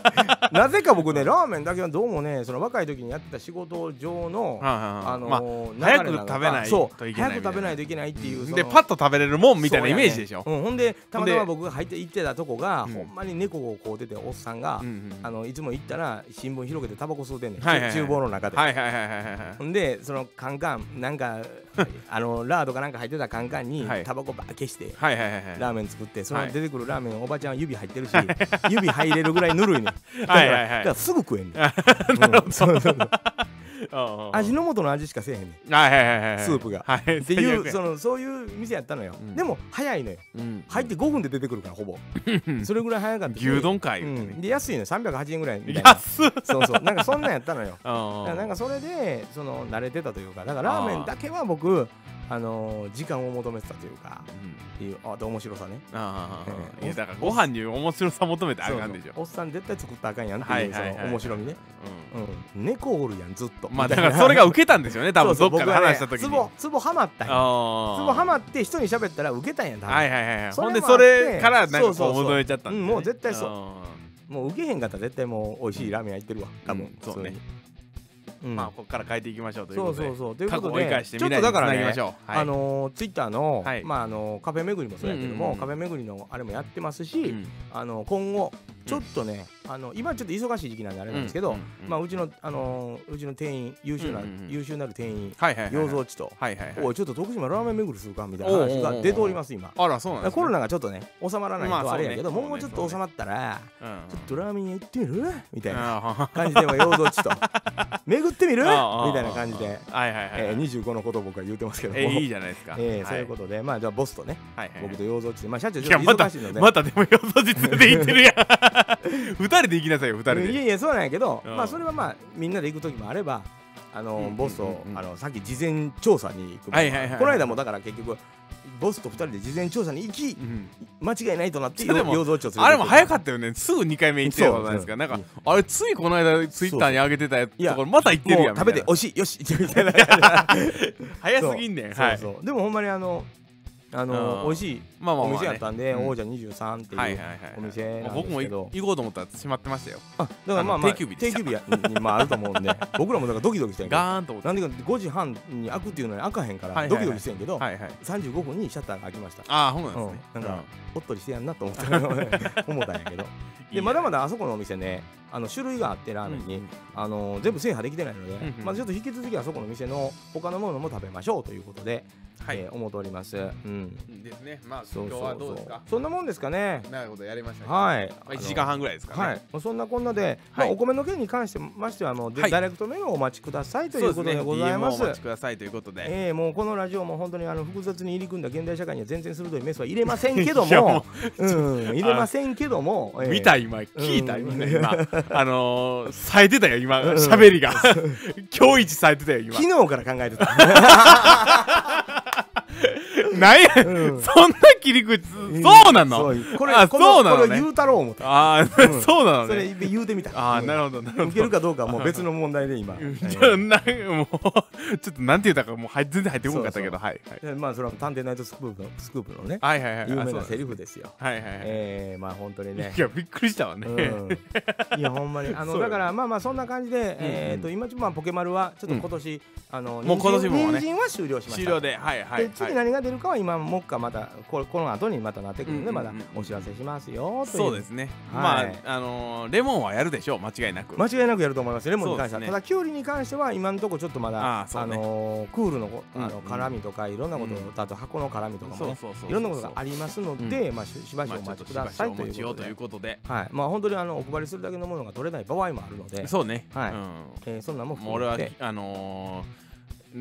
なぜか僕ねラーメンだけはどうもねその若い時にやってた仕事上の、 ああのまあー早く流れの中食べないそとういけない早く食べないといけないっていうそのでパッと食べれるもんみたいなイメージでしょそうやねうん、ほんでたまたほんまで僕が入って行ってたとこが、うんほんまに猫をこう出ておっさんが、うんうんあのいつも行ったら新聞広げてタバコ吸うてんねん、はいはいはい厨房の中で、はいはいはいはいはいはいほんでそのカンカンなん かあのラードかなんか入ってたカンカンにはいタバコばー消して、はいはいはいラーメン作ってそはのい出てくるラーメンおばちゃんは指入ってるし、 指入れるぐらいぬるいねんだから,、はいはいはいだからすぐ食えんねん うんそうそうそううんうん味の素の味しかせえへんねんっはいはいはいはいスープがはいて最い悪うやそのそういう店やったのよ、うんでも早いのようん入って5分で出てくるからほ ぼうんそれぐらい早かったし牛丼かいう言うてねん、で安いのよ308円ぐらいみたいな安っそうそうなんかそんなんやったのよだからななんかそれでその慣れてたというかだからラーメンだけは僕あのー時間を求めてたというかっていうあと面白さねあ ーええいやだからご飯に面白さ求めてあかんでしょそうそうおっさん絶対作ったらあかんやんってはいいうそはいのはい面白みねううん猫おるやんずっとんまあみただかいらなそれが受けたんですよね多分そどうっかで話した時にそう僕はねツボツボハマったんやツボはハマって人に喋ったらウケたんやん多分はいはいはいはいそほれもあんでってそれからなんそかうそうこそうう戻れちゃったんだうよんねもう絶対そうあもうウケへんかったら絶対もう美味しいラーメン屋行ってるわ多うん分そう普ね通にうーんまあここから変えていきましょうというそこうとそでうそうという過こ去をと追いで返してちょ未っと来につだからなぎまねしょうはいあのツイッター Twitter の、はいまああのカフェ巡りもそうやけども、うんうんうんカフェ巡りのあれもやってますうし、んあの今後ちょっとね、あの今ちょっと忙しい時期なんであれなんですけど、うんうんうんまあうちのあのーうちの店員優秀な、うんうんうん優秀なる店員はいはいはいはい養蔵地と、はいはいはいおいちょっと徳島ラーメン巡りするかみたいな話が出ております今。あらそうなんですねコロナがちょっとね収まらないまあそうとあねれやけど、そうねもうちょっと収まったら、うんちょっとラーメン屋行ってみるみたいなあ感じでは養蔵 地と巡ってみるみーあーたいな感じで、はいはいはいえはいー、25のことを僕は言ってますけども、えいいじゃないですかえーはいそういうことでまあじゃあボスとねはいはいはい僕と養蔵地でまあ社長いちょやっまとた忙しいのでまたでも予想実で言っ てるやん二人で行きなさいよ二人うんいでやいやそうなんやけど、うんまあそれはまあみんなで行く時もあればあの、うんボスと、うんあのさっき事前調査に行く、はいはいはいはいこの間もだから結局ボスと2人で事前調査に行きうん間違いないとなってそれでも養蔵庁連れて行くあれも早かったよねすぐ2回目行ってたじゃそうないですかなんうかんあれついこの間ツイッターに上げてたやついやところまた行ってるもやんう食べてみたい美味しいよしみたいな早な早すぎんねんはい そうそうでもほんまにあのあのうん美味しいまあまあおまあ店ねやったんで、うん王者23っていう、はいはいはいはいお店なん僕ですもけいど行こうと思ったら閉まってましたよあだからまああのまあ定休日でした定休やにまああると思うんで僕らもだからドキドキしてんやガーンと思っけてどなんでか5時半に開くっていうのに開かへんかはいらはいドはいキドキしてんやけど、はいはい35分にシャッターが開き ました。ああほんなんうですねん、なんか、おっとりしてやんなと思った思ったんや けどでまだまだあそこのお店ねあの種類があってラーメンに、あの全部制覇できてないので、んうんまあ、ちょっと引き続きあそこのお店の他のものも食べましょうということで、はいえー思っております、うん、ですねまあそ今う日そうはそどううですかそんなもんですかね長いことやりましたけどまはいあ1時間半ぐらいですかねはい、もうそんなこんなで、まあはいお米の件に関してましてはもうで、はいダイレクトメールをお待ちくださいとそういうですことねでござい DM をまおす。待ちくださいということでえーもうこのラジオも本当にあの複雑に入り組んだ現代社会には全然鋭いメスは入れませんけどいやももうん、入れませんけども、 えー見た今聞いたうんみんな 今あのー冴えてたよ今喋りが今日一冴えてたよ今昨日から考えてたなんや、うんそんな切り口そうなのそうこれ あこのそうなのこれを言ねうたろう思った、ああ、うんそうなのそれねで言うてみたああなるるほどなるほ受け どるかどうかはもう別の問題で 今、えじーゃあなんかもうちょっとなんて言ったかもうはい全然入ってこなかったけどはいはいでまあそれは探偵ナイトスクープのスクープのねはいはいはい有名あそうなだセリフですよはいはいはいえー、まあ本当にねいやびっくりしたわね うん、いやほんまにあそのうよだからまあまあそんな感じで、えー、と今ちょっとまあポケマルはちょっと今年、あのもう今年もね人参は終了しました終了ではいはいで次はい何が出るかは今もっかまたこれこの後にまたなってくるのでうんうまんうだんお知らせしますよというそうですねまはいああのーレモンはやるでしょう間違いなく間違いなくやると思いますレモンに関してそは、うですねただキュウリに関しては今のところちょっとまだあーそうねのークールのこあうんうのん絡みとかいろんなこと、うんあと箱の絡みとかもそうねそうそういいろんなことがありますので、まあししばしまおあちょっ待とちくしばだしさいおとい待うちこをととでいうことではい、まあ本当にあのお配りするだけのものが取れない場合もあるので、そうねはいうんえー、そんなんももう俺含はめて、あのー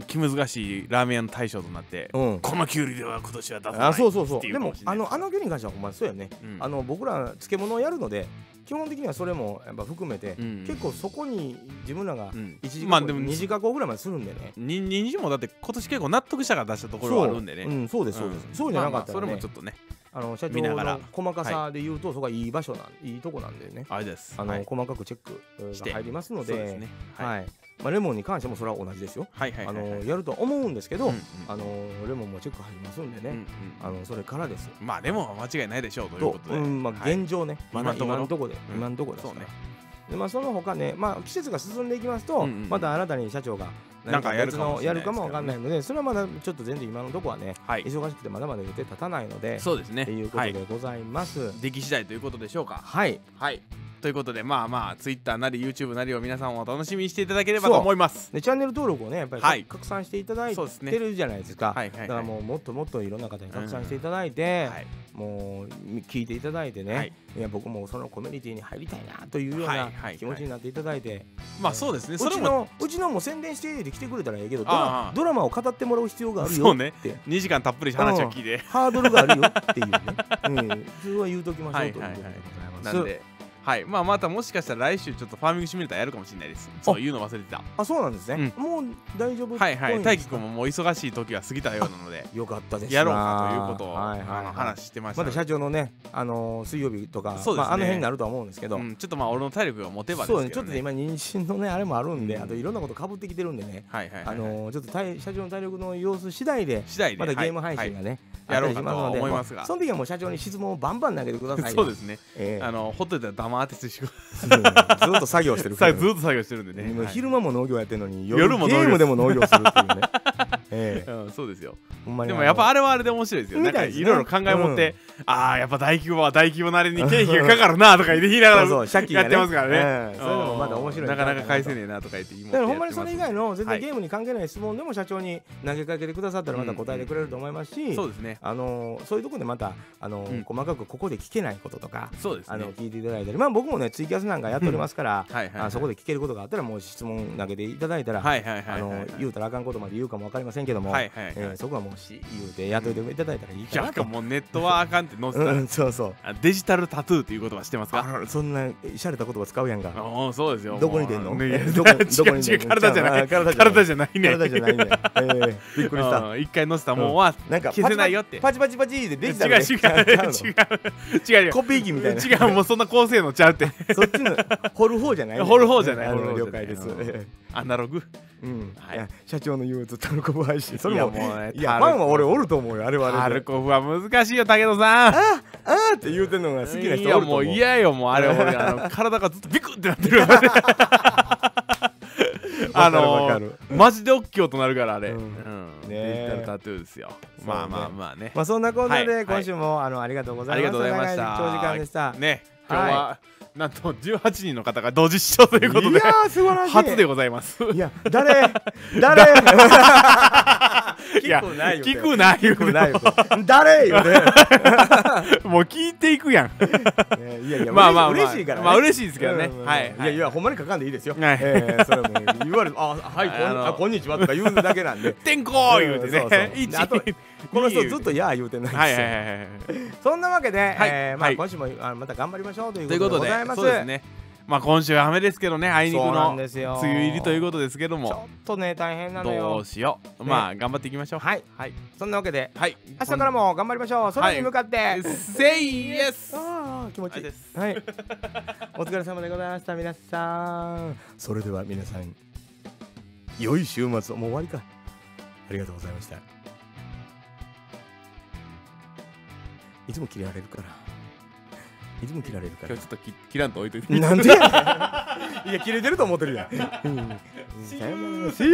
気難しいラーメン屋の大将となってうん、このキュウリでは今年は出さないあそうそうそうっていでかもしれなあいのあの魚に関してはほんまにそうやね、うんあの僕ら漬物をやるので基本的にはそれもやっぱ含めて、うん結構そこに自分らがうん1時間、まあでも2時間後ぐらいまでするんでねににんじんもだって今年結構納得したから出したところはあるんでねそううん、そうですそうです、そうじゃなかったら、ねまあまあそれもちょっとねあの社長見ながのら細かさで言うと、そこはいい場所なんいいとこなんでねあれですあの、はい細かくチェックうんしてが入りますのでそうですねはいまあ、レモンに関してもそれは同じですよ、はいはいはいはいあのやるとは思うんですけど、うんうんあのレモンもチェック入りますんでね、うんうんあのそれからですまあでも間違いないでしょうというとこ、とうでんまあ、はい現状ね、今まだのところ今のところで、うん今のところですそうからねでまあ、その他ね、まあ、季節が進んでいきますと、うんうんまた新たに社長がなんかやるかも別のしれやないですけどねるかもわかんないのでそれはまだちょっと全然今のところはね、はい忙しくてまだまだ予定立たないのでそうですねっていうことでございます。はい、出来次第ということでしょうかはいはいということでまあまあ Twitter なり YouTube なりを皆さんお楽しみにしていただければと思いますでチャンネル登録をねやっぱり、はい拡散していただいそうですねてるじゃないですかはいはいはだいからもうもっともっといろんな方に拡散していただいて、はいもう聞いていただいてね、はいい、や僕もそのコミュニティに入りたいなというようはいはないはい気持ちになっていただいて、まあそうですねそうれちものうちのも宣伝してで来てくれたらええけどドあラあドラマを語ってもらう必要があるよそうねって、 2時間たっぷり話を聞いてハードルがあるよっていうね、う ん、それは言うときましょうということでござないます。んではいまあまたもしかしたら来週ちょっとファーミングシミュレーターやるかもしれないですそういうの忘れてたあそうなんですね、もう大丈夫っぽいんですかはいはい大輝くんももう忙しい時は過ぎたようなのでよかったですなやろうかということをはいはいはいあの話してましたまのだで社長のね、あのー水曜日とか、そうですねまあ、あの辺になるとは思うんですけど、うんちょっとまあ俺の体力が持てばですけそどうねねちょっとね今妊娠のねあれもあるんで、うんあといろんなことかぶってきてるんでね、はいはいはいあのーちょっと体社長の体力の様子次第で次第でまだゲームは配い信がね、はいあったりしますのでやろうかと思いますがあその時はもう社長に質問をバンバン投げてくだはさいい、そうですすねええあのほっといたら黙ってしてしま ずーっと作業してうるさからずっと作業してるんでねもうはい昼間も農業やってるのに夜も農業ゲームでも農業するって いうね、ええうんそうですよほんまにであのもやっぱあれはあれで面白いですよ。なみんかたいいですねろいろ考え持って、ああ、やっぱ大規模は大規模なりに経費がかかるなとか言って言いなが そらうそう借金が やっねてますからえね。えそういうのもまだ面白いなかなか返せねねえなとか言って言いだまからすほんまにそれ以外の全は然いゲームに関係ない質問でも社長に投げかけてくださったらまた答えてくれると思いますし、そうですね。あのーそういうとこでまた、あのーうん細かくここで聞けないこととか、そうですあねの。聞いていただいたり、まあ、僕もねツイキャスなんかやっておりますから、はいはい。あそこで聞けることがあったらもう質問投げていただいたら、はいはいはあいはいのはい。ー言うたらあかんことまで言うかも分かりませんけども、はいはいはいえーそこはもうし言うてやっといていただいたらいいいかやなかと。もうネットはあかんって載せうたらん、そうそう。あデジタルタトゥーっていう言葉してますかあらそんな洒落た言葉使うやんか。おおそうですよ。どこに出んのもうねいやどこ違うどこに 違出うんの体じゃない。あ体じゃない体じゃないね。体じゃ ないね。えーびっくりした。うん一回載せたもんはなんか消せないよって。パチパチパチパチで違うできた違う違う 違う違う。コピー機みたいな。違うもうそんな高性能ちゃうって。そっちの掘る方じゃないね。掘る方じゃないあの掘る方じゃ了な解でいす。アナログ。うんはいいや社長の言うとタルコブ配信。それいやもうねもいやタルファコンは俺おると思うよ。あれはアあれルで。コフは難しいよ、武野さあん。ーって言うてんのが好きな人おるいとや、思もうう。嫌よ、もうあれ、俺、あ の体がずっとビクってなってる。わあのかるわかマジでおっきい音なるから、あれ。うんうんねえデジタルタトゥーですよ。そうねまあまあまあね。まあそんなこんなはでいはい今週もあのありがとうございます。ありがとうございました。長い長時間でした。ね、今日は、なんと18人の方が同時視聴ということいでや、ー素晴らしい。初でございます。いや誰誰いや、ないよ聞くないよ。聞くないよ誰言うて。もう聞いていくやん。ねいやいや、まあまあまあ嬉しいから、ね。まあ嬉しいですけどねうんうんうんはいやいや、ほんまに書かんでいいですよ。はいえーそれはもう言われて、あ、はい、こんあの。あこんにちはとか言うだけなんで天候言うてう んそうねそ。う一あとこの人ずっ。二言うとてやあ言うてないですよ、はいはいはいはい。そんなわけで、いえーまはあ、い今週もあのまた頑張りましょうというとこいうこととでごでざいます。そうですねまあ今週は雨ですけどねあいにくそうなのん梅ですよ雨入りということですけどちもょっとね、大変なのどよう。しようねまあ頑張っていきましょうはい、はいそんなわけで、はい明日からも頑張りましょう。空に向かって。せいイエスああ、気持ちいあれいで。すはい。お疲れ様でございました、皆さん。それでは皆さん、良い週末を、もう終わりか。ありがとうございました。いつも切られるから。いつも切られるか今ら日ちょ。っとき切らんと置いといて なんでやねんいや、切れてると思ってるやん。うんさよなら See you